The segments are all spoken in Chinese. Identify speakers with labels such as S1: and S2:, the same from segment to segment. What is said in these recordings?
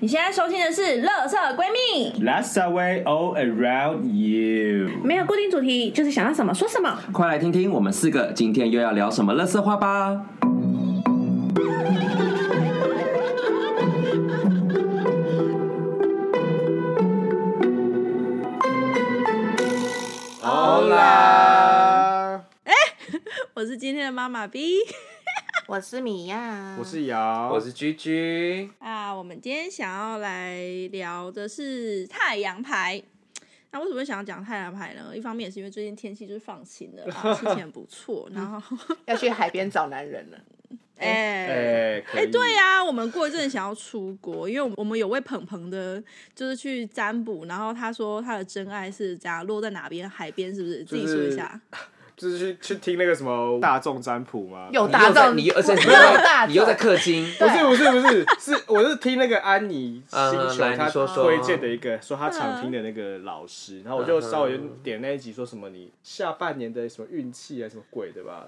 S1: 你现在收听的是《乐色闺蜜》，
S2: Last away all around you。
S1: 没有固定主题，就是想要什么说什么。
S3: 快来听听我们四个今天又要聊什么乐色话吧！
S4: 我是今天的妈妈 B
S5: 我是米娅，
S2: 我是瑶，
S3: 我是居居，
S4: 啊，我们今天想要来聊的是太阳牌。那为什么会想要讲太阳牌呢？一方面也是因为最近天气就是放晴了 啦，心情很不错。然后，
S5: 要去海边找男人 了。
S4: 哎哎、
S2: 哎，可以
S4: 对呀、我们过一阵想要出国，因为我们我们有位鹏鹏的，就是去占卜，然后他说他的真爱是这样落在哪边，海边是不是？自
S2: 就
S4: 己说
S2: 是
S4: 一下。
S2: 就是去去听那个什么大众占卜吗？
S5: 又
S3: 你
S5: 大
S3: 又在
S5: 众，
S3: 你又在
S5: 我
S3: 你
S5: 又
S3: 又在
S5: 大
S3: 你又在
S5: 众，
S3: 氪金，
S2: 不
S5: 对
S2: 是不是不是， 是我是听那个安妮星
S3: 嗯
S2: 球
S3: 来你
S2: 她
S3: 说嗯说
S2: 推荐的一个，说她常听的那个老师，然后我就稍微就点那一集说什么你下半年的什么运气啊什么鬼的吧，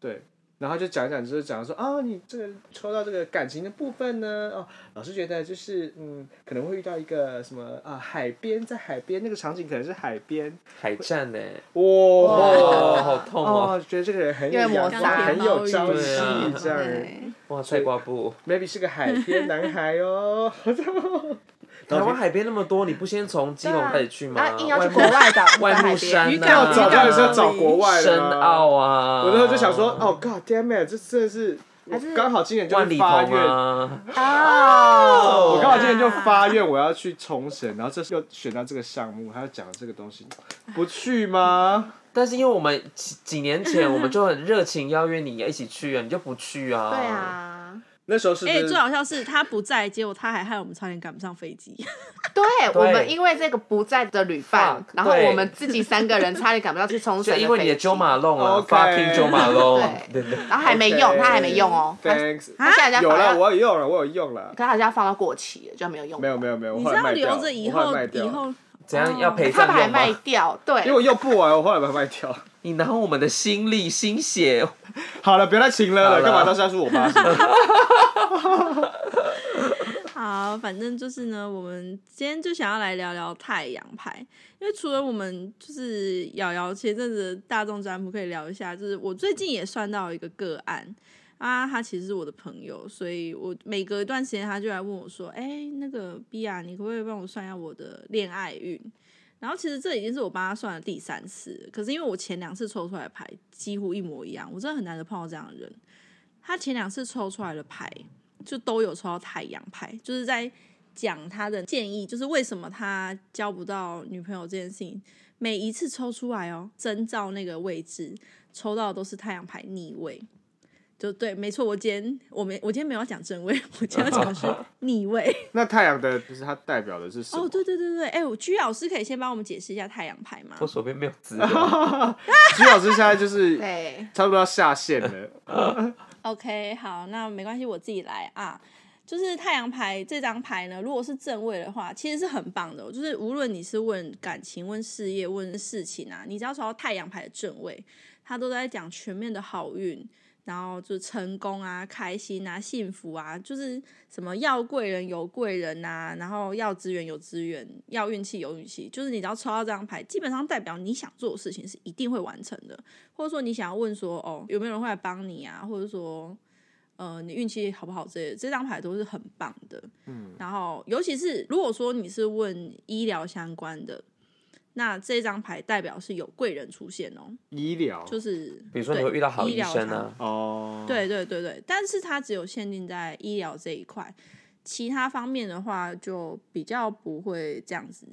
S2: 对。然后就讲一讲，就是讲说啊，你这个抽到这个感情的部分呢，哦，老师觉得就是嗯，可能会遇到一个什么啊，海边，在海边那个场景可能是海边，
S3: 海战呢、
S2: 哇，
S3: 哦，好痛哦！
S2: 哦，觉得这个人很有
S5: 因为摩
S2: 阳
S5: 擦
S2: 光很有朝气
S3: 对啊，
S2: 这样。
S4: 对，
S3: 哇，菜瓜布，
S2: maybe 是个海边男孩 哦。
S3: 台湾海边那么多，你不先从基隆开始去吗？
S5: 他啊硬要
S3: 外
S5: 去
S3: 木
S5: 国 外找
S3: 外
S5: 在海
S3: 木
S5: 边。
S3: 山
S4: 渔
S3: 呐、
S4: 港
S2: 要找到的时候找国外
S3: 深
S2: 了啊。
S3: 澳啊，
S2: 我那时候就想说，哦，God damn it，这真的是，我
S5: 还是
S2: 刚好今年就
S3: 万里
S2: 发
S3: 桐
S2: 愿，
S3: 啊，
S5: 哦，
S2: 我刚好今年就发愿我要去冲绳，然后这次又选到这个项目，他就讲这个东西，不去吗？
S3: 但是因为我们几几年前我们就很热情邀约你一起去啊，你就不去啊。
S5: 对，啊，
S2: 那时候是不
S4: 哎、
S2: 是
S4: 最好笑是他不在，结果他还害我们差点赶不上飞机。
S5: 对
S3: 对
S5: 我们因为这个不在的旅伴
S3: Fuck，，
S5: 然后
S3: 对
S5: 我们自己三个人差点赶不到去冲绳
S3: 就
S5: 飞机，
S3: 因为你的 Jo 马龙啊
S2: OK
S3: ，fucking Jo 马龙，
S5: 对
S3: 对对。
S5: 然后还没用，
S2: OK，
S5: 他还没用哦，他
S2: ，Thanks，
S5: 他现在在
S2: 有
S5: 放
S2: 了，
S5: 到，
S2: 我有用了，我有用了
S5: 可，他好像放到过期了，就没有用。
S2: 没有没有没有，我
S4: 你
S2: 后
S4: 这
S2: 来
S4: 样
S2: 卖掉，
S4: 留着以
S2: 我后
S4: 后
S2: 来卖
S4: 以
S2: 掉，
S4: 后
S3: 怎样
S4: 哦
S3: 要陪
S5: 他
S3: 葬
S5: 把它
S3: 用
S5: 卖
S3: 吗？
S5: 掉，对，
S2: 因为我用不完，我后来把它卖掉。
S3: 你拿我们的心力、心血，
S2: 好了，不要再情了
S3: 好
S2: 了，
S3: 了
S2: 干嘛到时候说我妈是不是？
S4: 好，反正就是呢，我们今天就想要来聊聊太阳牌，因为除了我们就是瑶瑶前阵子大众占卜可以聊一下，就是我最近也算到一个个案啊，他其实是我的朋友，所以我每隔一段时间他就来问我说，哎、那个 B 啊，你可不可以帮我算一下我的恋爱运？然后其实这已经是我帮他算的第三次了，可是因为我前两次抽出来的牌几乎一模一样，我真的很难得碰到这样的人。他前两次抽出来的牌就都有抽到太阳牌，就是在讲他的建议，就是为什么他交不到女朋友这件事情。每一次抽出来哦，征兆那个位置抽到的都是太阳牌逆位，就对，没错。我今天我没我今天没有要讲正位，我今天要讲 的是逆位。
S2: 那太阳的就是它代表的是什么？
S4: 哦，对对对对，哎、我居老师可以先帮我们解释一下太阳牌吗
S3: 我？手边没有资料。
S2: 徐老师现在就是
S5: 对，
S2: 差不多要下线了。
S4: OK，好，那没关系，我自己来啊。就是太阳牌这张牌呢，如果是正位的话，其实是很棒的哦。就是无论你是问感情、问事业、问事情啊，你只要抽到太阳牌的正位，它都在讲全面的好运，然后就是成功啊、开心啊、幸福啊，就是什么要贵人有贵人呐、然后要资源有资源，要运气有运气。就是你只要抽到这张牌，基本上代表你想做的事情是一定会完成的。或者说你想要问说哦有没有人会来帮你啊，或者说呃你运气好不好之类的，这张牌都是很棒的。嗯，然后尤其是如果说你是问医疗相关的，那这张牌代表是有贵人出现哦，
S2: 医疗
S4: 就是
S3: 比如说你会遇到好医生啊，，
S2: 哦，
S4: 对医疗相对对对对，但是它只有限定在医疗这一块。其他方面的话，就比较不会这样子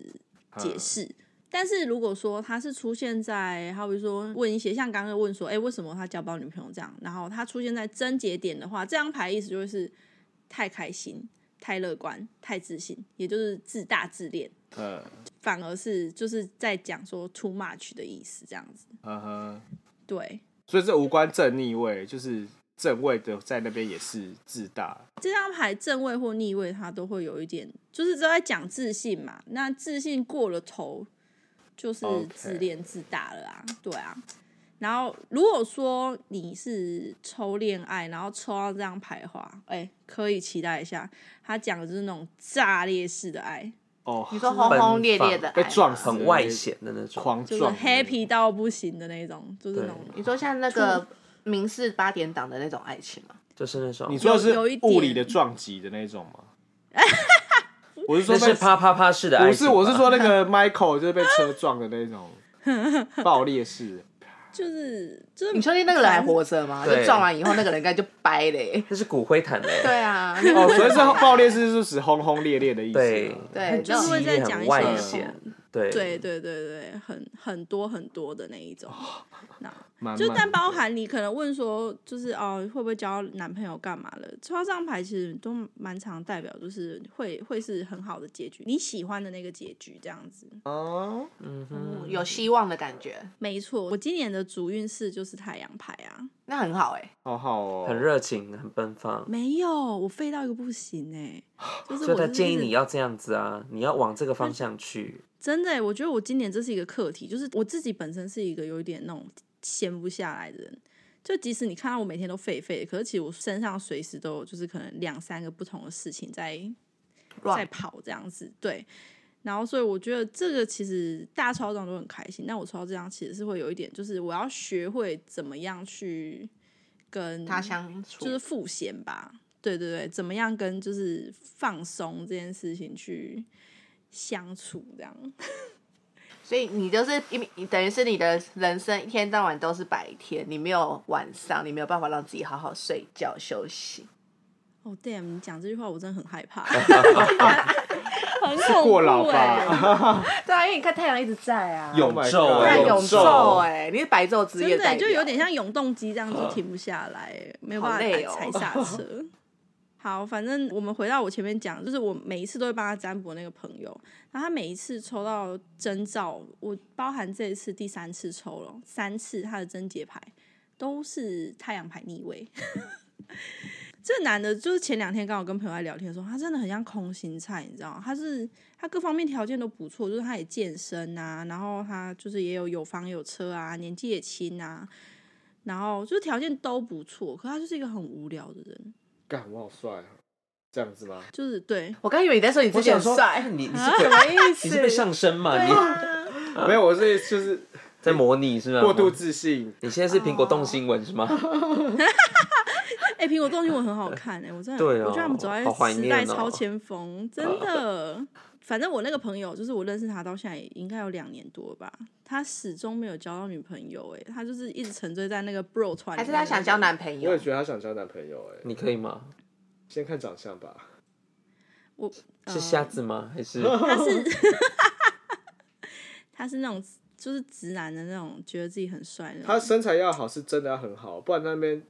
S2: 嗯
S4: 解释。但是如果说他是出现在，好比说问一些像刚刚问说，哎、为什么他交不到女朋友这样？然后他出现在症结点的话，这张牌意思就是太开心、太乐观、太自信，也就是自大自恋，
S2: 嗯，
S4: 反而是就是在讲说 too much 的意思这样子。
S2: 嗯哼，
S4: 对，
S2: 所以这无关正逆位，就是正位的在那边也是自大，
S4: 这张牌正位或逆位，它都会有一点，就是都在讲自信嘛。那自信过了头，就是
S2: OK
S4: 自恋自大了啊对啊。然后如果说你是抽恋爱，然后抽到这张牌的话，哎、可以期待一下。他讲的就是那种炸裂式的爱，
S2: 哦，
S5: 你说轰轰烈烈的爱哎
S2: 被
S5: 吗
S2: 撞死
S3: 很外显的那种。
S2: 狂
S4: 就是
S2: 撞
S4: happy 到不行的那种，就是那种
S5: 你说像那个明视八点档的那种爱情吗？
S3: 就是那种
S2: 你，说的是
S4: 有一点
S2: 物理的撞击的那种 吗？我是说
S3: 那是
S2: 被
S3: 啪啪啪式的爱
S2: 不
S3: 情
S2: 是，
S3: 吧
S2: 我是说那个 Michael 就是被车撞的那种爆裂式。
S4: 就是就是
S5: 你确定那个人还活着吗？
S3: 对
S5: 就撞完以后，那个人应该就掰嘞、
S3: 那是骨灰坛的欸。
S5: 对 啊，
S2: 哦，所以是爆裂式是指轰轰烈烈的意思
S3: 对
S2: 啊。
S5: 对，
S4: 就是
S5: 那种
S4: 会在讲一
S3: 外
S4: 些哦
S3: 显，对
S4: 对对对对，很很多很多的那一种。
S2: 慢
S4: 就
S2: 慢
S4: 但包含你可能问说，就是哦会不会交男朋友干嘛了？抽到这张牌其实都蛮常代表，就是会会是很好的结局，你喜欢的那个结局这样子。
S2: 哦，
S5: 嗯有希望的感觉，
S4: 没错，我今年的主运势就是太阳牌啊，
S5: 那很好哎、
S2: 好好哦，
S3: 很热情，很奔放。
S4: 没有我废到一个不行哎、就是我
S3: 所以他
S4: 就是
S3: 建议你要这样子啊，你要往这个方向去。
S4: 真的欸、我觉得我今年这是一个课题，就是我自己本身是一个有一点那种闲不下来的人。就即使你看到我每天都废废的，可是其实我身上随时都有，就是可能两三个不同的事情在在
S5: 乱
S4: 跑这样子，对。然后，所以我觉得这个其实大家抽到这种都很开心，但我抽到这张其实是会有一点，就是我要学会怎么样去跟
S5: 他相处，
S4: 就是赋闲吧，对对对，怎么样跟就是放松这件事情去相处这样。
S5: 所以你就是一，你等于是你的人生一天到晚都是白天，你没有晚上，你没有办法让自己好好睡觉休息。
S4: 哦、d a m n 你讲这句话我真的很害怕，很恐怖、欸、
S2: 过劳吧？
S5: 对啊，因为你看太阳一直在啊，
S3: 有
S2: Oh my
S3: 皱
S2: God，
S3: 对
S5: 看
S3: 哎
S5: 永
S3: 有皱
S5: 昼哎，你是白昼之夜
S4: 真的
S5: 代
S4: 欸
S5: 表，
S4: 就有点像永动机这样，就停不下来欸，没有办
S5: 好
S4: 法踩
S5: 累哦
S4: 踩刹 车。好，反正我们回到我前面讲，就是我每一次都会帮他占卜那个朋友，然后他每一次抽到征兆，我包含这一次第三次抽了三次，他的贞节牌都是太阳牌逆位。 这男的，就是前两天刚好跟朋友在聊天的时候，他真的很像空心菜，你知道吗？他是他各方面条件都不错，就是他也健身啊，然后他就是也有有房有车啊，年纪也轻啊，然后就是条件都不错，可他就是一个很无聊的人，
S2: 干，我好帅啊！这样子吗？
S4: 就是对，
S5: 我刚以为你在说你
S3: 我
S5: 自己
S3: 想
S5: 很
S3: 说，
S5: 帅，
S3: 你你是什么意思？你是被上身吗？你
S4: 啊
S2: 没有，我是就是
S3: 在模拟是吗？
S2: 过度自信。
S3: 你现在是苹果
S4: 哦
S3: 动新闻是吗？
S4: 哎、苹果动新闻很好看哎、我真的，
S3: 对哦
S4: 我觉得他们走在
S3: 好怀
S4: 时
S3: 念
S4: 代
S3: 哦
S4: 超前锋，真的。反正我那个朋友，就是我认识他到现在也应该有两年多吧，他始终没有交到女朋友、哎，他就是一直沉醉在那个 bro 团里面，
S5: 还是他想交男朋
S2: 我
S5: 友
S2: 也？觉得他想交男朋友哎，
S3: 你可以吗？
S2: 先看长相吧。
S4: 我
S3: 是瞎子吗？还是
S4: 他是 他是那种就是直男的那种，觉得自己很帅的那
S2: 他
S4: 种。
S2: 身材要好是真的要很好，不然那边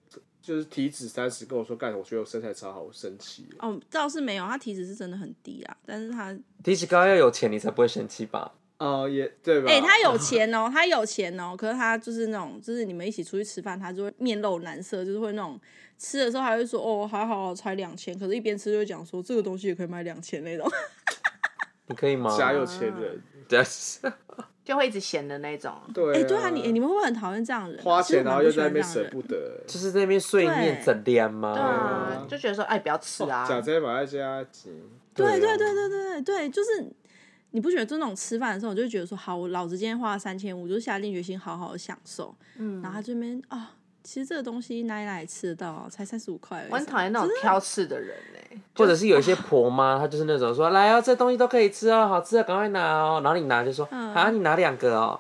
S2: 就是体脂三十跟我说干，我觉得我身材超好，我生气。
S4: 哦，倒是没有，他体脂是真的很低啦，但是他
S3: 体脂高要有钱你才不会生气吧？
S2: 哦，也对啊吧？
S4: 哎、他有钱哦，他有钱哦，可是他就是那种，就是你们一起出去吃饭，他就会面露难色，就是会那种吃的时候还会说哦还好才两千，可是一边吃就会讲说这个东西也可以卖两千那种。
S3: 你可以吗？
S2: 假有钱人，
S3: 对，
S5: 就会一直闲的那种。
S2: 对
S4: 哎、对啊，你、哎你们会不会很讨厌这样的人啊？
S2: 花
S4: 其实
S2: 钱
S4: 我
S2: 然
S4: 蛮
S2: 后
S4: 不
S2: 又
S4: 喜
S2: 在
S4: 欢这
S2: 那边
S4: 样的
S2: 舍
S4: 人
S2: 不 得。
S3: 就是在那边碎念怎练吗？嗯
S5: 对啊，就觉得说哎，不要吃啊，
S2: 假在马来西亚籍，
S4: 对对
S3: 啊
S4: 对对对对，就是你不觉得这种吃饭的时候，我就会觉得说，好，我老子今天花了三千五，就下定决心好好地享受。嗯，然后他这边啊、其实这个东西哪里哪里吃得到啊，才三十五块而已。
S5: 我很讨厌那种挑刺的人哎。
S3: 或者是有一些婆妈，她就是那种说来哦，这东西都可以吃哦，好吃的赶快拿哦，然后你拿就说
S4: 嗯
S3: 啊，你拿两个 哦，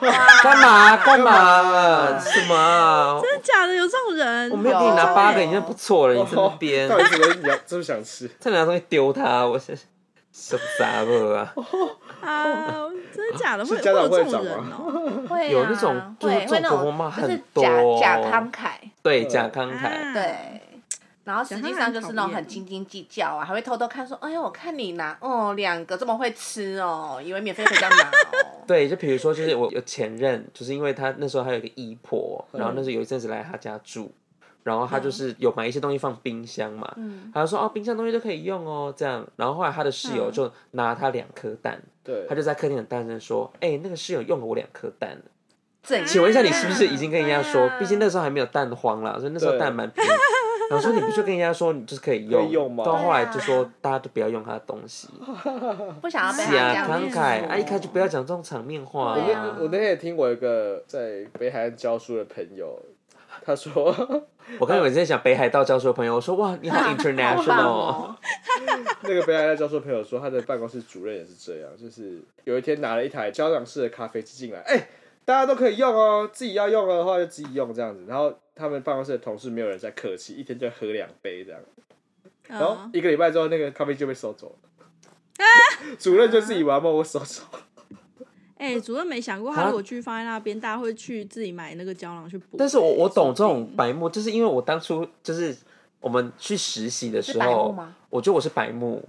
S3: 干嘛干嘛什么啊？
S4: 真的假的？有这种人？
S3: 我没有给你拿八个，
S5: 有
S3: 已经不错了，你这
S2: 哦
S3: 边
S2: 到底怎么想这么想吃？
S3: 再拿东西丢他，我 是什么杂物啊？
S4: 啊，真的假的？会
S2: 是家长
S4: 有这
S2: 会
S4: 种
S2: 长
S4: 人
S2: 吗
S4: 哦、
S5: 会啊
S3: 有那种就是这
S5: 会
S3: 种
S5: 会那
S3: 婆婆
S5: 种
S3: 骂
S5: 不是
S3: 很多
S5: 假
S3: 哦
S5: 假慷慨，
S3: 对，贾慷
S5: 嗯
S3: 慨，。
S5: 对。然后实际上就是
S4: 讲话
S5: 那种
S4: 很
S5: 很斤斤计较啊，还会偷偷看说，哎呦，我看你拿哦两个这么会吃哦，以为免费可以这样拿哦
S3: 对，就比如说，就是我有前任，就是因为他那时候还有一个姨婆，然后那时候有一阵子来他家住，然后他就是有买一些东西放冰箱嘛，他就说哦，冰箱东西都可以用哦，这样。然后后来他的室友
S4: 嗯
S3: 就拿他两颗蛋，
S2: 对，
S3: 他就在客厅很大声地说，哎、那个室友用了我两颗蛋，
S5: 怎样？
S3: 请问一下，你是不是已经跟人家
S4: 对
S3: 说
S4: 啊？
S3: 毕竟那时候还没有蛋黄啦，所以那时候
S2: 对
S3: 蛋蛮便宜。然后说你不就跟人家说你就是可以
S2: 可
S3: 用，
S2: 以用吗
S3: 到后来就说大家都不要用他的东西，
S5: 不想要被他
S3: 是
S5: 这
S3: 啊，
S5: 样
S3: 慷
S5: 子
S3: 慨
S5: 说
S3: 啊，一开始就不要讲这种场面话
S5: 对
S2: 我
S5: 啊
S3: 啊。
S2: 我那天也听我一个在北海岸教书的朋友，他说
S3: 我刚才有在想北海道教授的朋友，我说哇，你好
S5: 好棒
S3: international 哦。
S5: 哦！
S2: 那个北海岸教授朋友说，他的办公室主任也是这样，就是有一天拿了一台家长式的咖啡机进来，哎、大家都可以用哦，自己要用的话就自己用这样子。然后他们办公室的同事没有人在客气，一天就喝两杯这样。然后
S4: 嗯，
S2: 一个礼拜之后，那个咖啡机就被收走了。
S5: 啊
S2: 主任就自己把它默默收走。
S4: 哎、主任没想过，
S3: 啊
S4: 他如果去放在那边，大家会去自己买那个胶囊去补。
S3: 但是我我懂这
S4: 说
S3: 种
S4: 不定
S3: 白目，就是因为我当初就是我们去实习的时
S5: 是白目
S3: 候
S5: 吗，
S3: 我觉得我是白 目。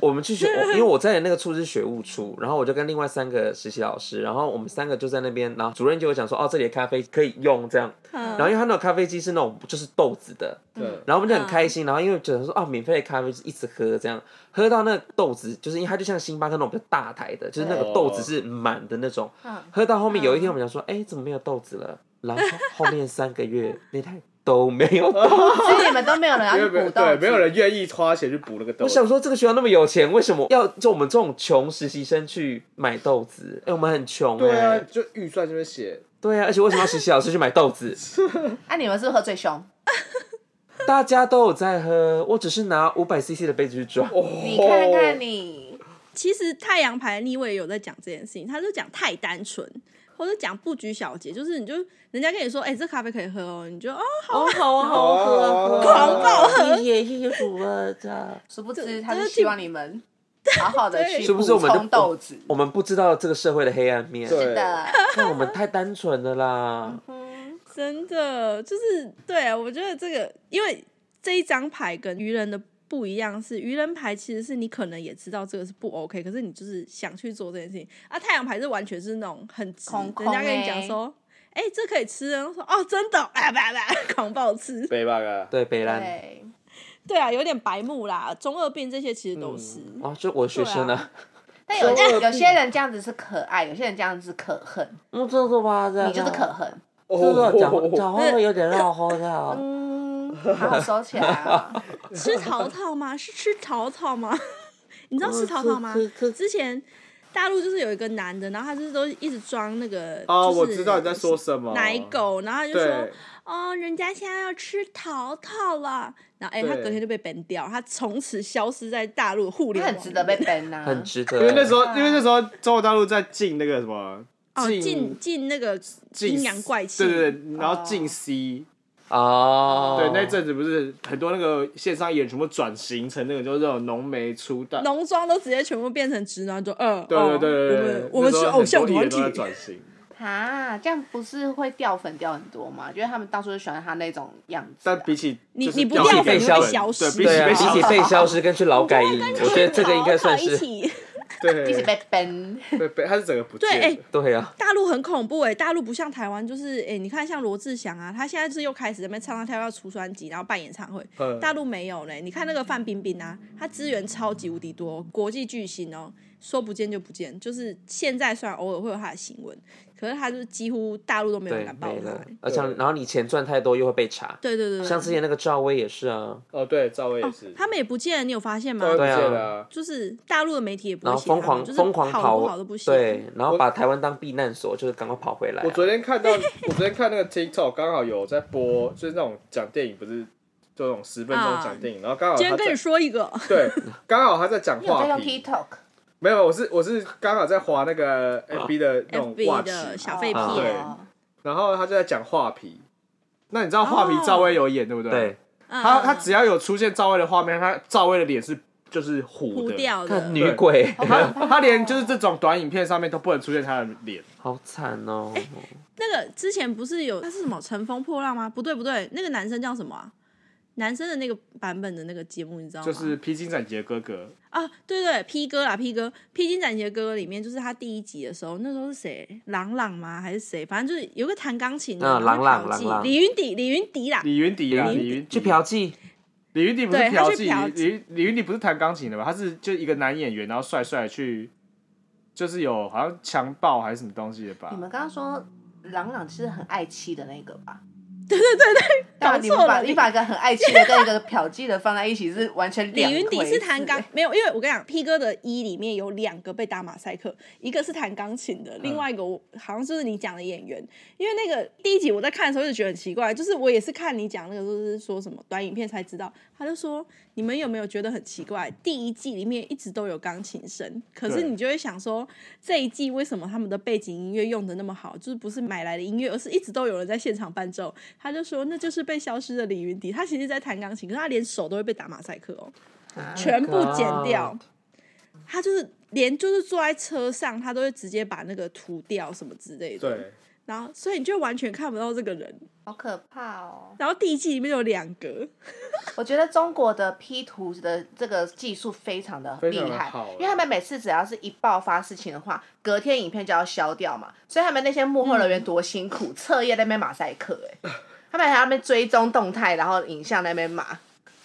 S3: 我们去学，我因为我在的那个处是学务处，然后我就跟另外三个实习老师，然后我们三个就在那边，然后主任就有讲说，哦，这里的咖啡可以用这样。
S4: 嗯
S3: 然后因为他那种咖啡机是那种就是豆子的，
S5: 嗯
S2: 对，
S3: 然后我们就很开心，然后因为觉得说啊，免费的咖啡就是一直喝这样，喝到那个豆子，就是因为它就像星巴克那种比较大台的，就是那个豆子是满的那种。
S5: 嗯
S3: 喝到后面有一天，我们想说，哎、怎么没有豆子了？然后后面三个月那台都没有豆子。
S5: 所以你们都没有人要
S2: 因
S5: 去
S2: 为没
S5: 补
S2: 有
S5: 到，
S2: 对没有人愿意花钱去补那个豆
S3: 我
S2: 子
S3: 想。说，这个学校那么有钱，为什么要就我们这种穷实习生去买豆子？哎、我们很穷、
S2: 对啊，
S3: 哎，
S2: 就预算这边写，
S3: 对啊，而且为什么要实习老师去买豆子？
S5: 啊，你们是不是喝最凶？
S3: 大家都有在喝，我只是拿五百 CC 的杯子去装。
S5: 你
S3: 哦
S5: 看
S2: 哦
S5: 看你，
S4: 其实太阳牌逆位有在讲这件事情，他就讲太单纯，或者讲不拘小节，就是你就人家跟你说，哎、这咖啡可以喝哦，你就哦好，
S3: 哦，好啊，好
S2: 啊好啊好啊狂
S4: 暴
S3: 喝，也也煮了的。
S5: 殊不知他是希望你们好好的去
S3: 是
S5: 补
S3: 不是我们的
S5: 充豆子。
S3: 我们不知道这个社会的黑暗面，
S2: 对
S5: 是的，嗯
S3: 看我们太单纯了啦。
S4: 真的就是对啊，我觉得这个因为这一张牌跟愚人的。不一样是愚人牌，其实是你可能也知道这个是不 OK，可是你就是想去做这件事情啊。太阳牌是完全是那种很直，
S5: 空空
S4: 人家跟你讲
S5: 欸
S4: 说，哎、这可以吃，然后说哦真的，啊吧 吧，狂暴吃。
S2: 北吧啊，
S3: 对，北兰
S5: 对，
S4: 对啊，有点白目啦，中二病这些其实都是。
S2: 嗯
S3: 啊，就我学生啊，
S5: 但有有有些人这样子是可爱，有些人这样子是可恨，
S3: 我这个吧，这样
S5: 你就是可 恨。
S3: 这个讲讲
S2: 哦，
S3: 话会有点绕口的。
S5: 嗯，好好收起来啊！
S4: 吃桃桃吗？是吃桃桃吗？ 你知
S2: 哦
S4: 道吃桃桃吗
S3: 吃吃吃？
S4: 之前大陆就是有一个男的，然后他就是都一直装那个
S2: 哦
S4: 就是
S2: 我知道你在说什么
S4: 奶狗，然后他就说
S2: 对，
S4: 哦，人家现在要吃桃桃了，然后哎、
S2: 对
S4: 他隔天就被 ban 掉，他从此消失在大陆互
S5: 他
S4: 联网里
S5: 很
S4: 面，
S5: 值得被 ban 啊呐、
S3: 很值得，
S2: 因为那时候，因为那时候中国大陆在禁那个什么，
S4: 哦进进那个
S2: 禁
S4: 阴阳怪气，
S2: 对对对，然后禁 C，
S3: 哦，
S2: 对，那阵子不是很多那个线上艺人全部转型成那个就是那种浓眉出道，
S4: 浓妆都直接全部变成直男，就呃，
S2: 对对对对
S4: 哦
S2: 对，
S4: 我们我们是偶像团
S2: 团
S4: 体
S2: 体， 转型，
S5: 啊，这样不是会掉粉掉很多吗？因为他们当初就喜欢他那种样子、啊
S2: 但。比起
S4: 你
S2: 就是
S4: 你不
S2: 掉
S3: 掉
S2: 粉
S3: 粉会
S4: 消失
S2: 对，比
S3: 对
S2: 起
S3: 啊，比
S2: 被
S3: 起
S2: 消
S3: 被消失跟去劳改营，我觉得这个应该算
S4: 桃桃
S3: 是
S4: 一起。
S2: 对
S5: 一起被 ban，
S2: 被被他是整个不
S4: 对，
S2: 见了
S4: 哎、
S3: 对啊，
S4: 大陆很恐怖哎、大陆不像台湾，就是哎、你看像罗志祥啊，他现在是又开始在那边唱唱跳跳出专辑，然后办演唱会。
S2: 嗯
S4: 大陆没有嘞，你看那个范冰冰啊，她资源超级无敌多，国际巨星哦，说不见就不见。就是现在虽然偶尔会有她的新闻，可是她就是几乎大陆都没有人
S3: 对
S4: 敢报
S3: 没
S4: 她
S3: 了
S4: 欸。，
S3: 而且然后你钱赚太多又会被查，
S4: 对对对对，
S3: 像之前那个赵薇也是啊，
S2: 哦，对，赵薇也是，
S4: 他们也哦不见了，你有发现吗
S2: 赵？薇不
S3: 对啊
S2: 见了啊，
S4: 就是大陆的媒体也不
S3: 然
S4: 会
S3: 后
S4: 写他
S3: 疯
S4: 们
S3: 狂
S4: 就是
S3: 疯狂
S4: 跑不好都不行。
S3: 对，然后把台湾当避难所，就是赶快跑回来啊。
S2: 我昨天看到， 我昨天看那个 TikTok 刚好有在播，就是那种讲电影，不是这种十分钟
S4: 啊
S2: 讲电影，然后刚好
S4: 今天
S2: 他
S4: 跟你
S2: 在
S4: 说一个，
S2: 对，刚好他在讲
S5: 你有在
S2: 话
S5: 用
S2: 题，
S5: TikTok？
S2: 没有，我是我是刚好在划那个 FB 的那种
S4: FB
S2: watch，
S4: 哦的小废片，
S3: 啊
S5: 哦
S2: 对然后他就在讲画皮，那你知道画皮
S4: 哦
S2: 赵薇有演对不对？
S3: 对，
S2: 他他
S4: 嗯
S2: 只要有出现赵薇的画面，他赵薇的脸是就是糊
S4: 糊
S2: 的，
S4: 掉的
S3: 看女鬼，
S4: 哦
S2: 他他连就是这种短影片上面都不能出现他的脸，
S3: 好惨哦。
S4: 哎那个之前不是有他是什么《乘风破浪》吗？不对不对，那个男生叫什么啊、男生的那个版本的那个节目，你知道吗？
S2: 就是披荆斩棘的哥哥，
S4: 啊，对对，P 哥啦，P 哥，《披荆斩棘的哥哥》里面，就是他第一集的时候，那时候是谁？朗朗吗？还是谁？反正就是有个弹钢琴的，
S3: 啊
S4: 然后
S3: 朗朗
S4: 嫖妓
S3: 朗朗
S4: 李云迪，李云迪啦，
S2: 李云迪啊，
S3: 李
S2: 李
S3: 云
S2: 云
S3: 迪去嫖
S2: 迪。
S3: 妓，
S2: 李云迪不是
S4: 对他
S2: 嫖
S4: 去嫖
S2: 妓，李李李云迪不是弹钢琴的吧？他是就一个男演员，然后帅帅的去，就是有好像强暴还是什么东西的吧
S5: 你？们刚刚说朗朗是很爱妻的那个吧？ 对
S4: 搞
S5: 对对对，但你们
S4: 错
S5: 把
S4: 了
S5: 你把一个很爱妻的跟一个嫖妓的放在一起是完全
S4: 李
S5: 两
S4: 云迪
S5: 回
S4: 是
S5: 事
S4: 弹钢
S5: 欸，
S4: 没有，因为我跟你讲，P 哥的一里面有两个被打马赛克，一个是弹钢琴的，
S5: 嗯
S4: 另外一个我好像就是你讲的演员。因为那个第一集我在看的时候就觉得很奇怪，就是我也是看你讲那个，就是说什么短影片才知道，他就说你们有没有觉得很奇怪？第一季里面一直都有钢琴声，可是
S2: 对
S4: 你就会想说这一季为什么他们的背景音乐用的那么好？就是不是买来的音乐，而是一直都有人在现场伴奏。他就说那就是被消失的李云迪，他其实在弹钢琴，可是他连手都会被打马赛克哦。全部剪掉。他就是连就是坐在车上，他都会直接把那个涂掉什么之类的。
S2: 对，
S4: 然后，所以你就完全看不到这个人。
S5: 好可怕哦！
S4: 然后第一季里面有两个，
S5: 我觉得中国的 P 图的这个技术非常的
S2: 非
S5: 厉
S2: 常的
S5: 害
S2: 好，
S5: 因为他们每次只要是一爆发事情的话，隔天影片就要消掉嘛，所以他们那些幕后人员多辛苦，彻夜在那边马赛克、欸，他们还在那边追踪动态，然后影像在那边码，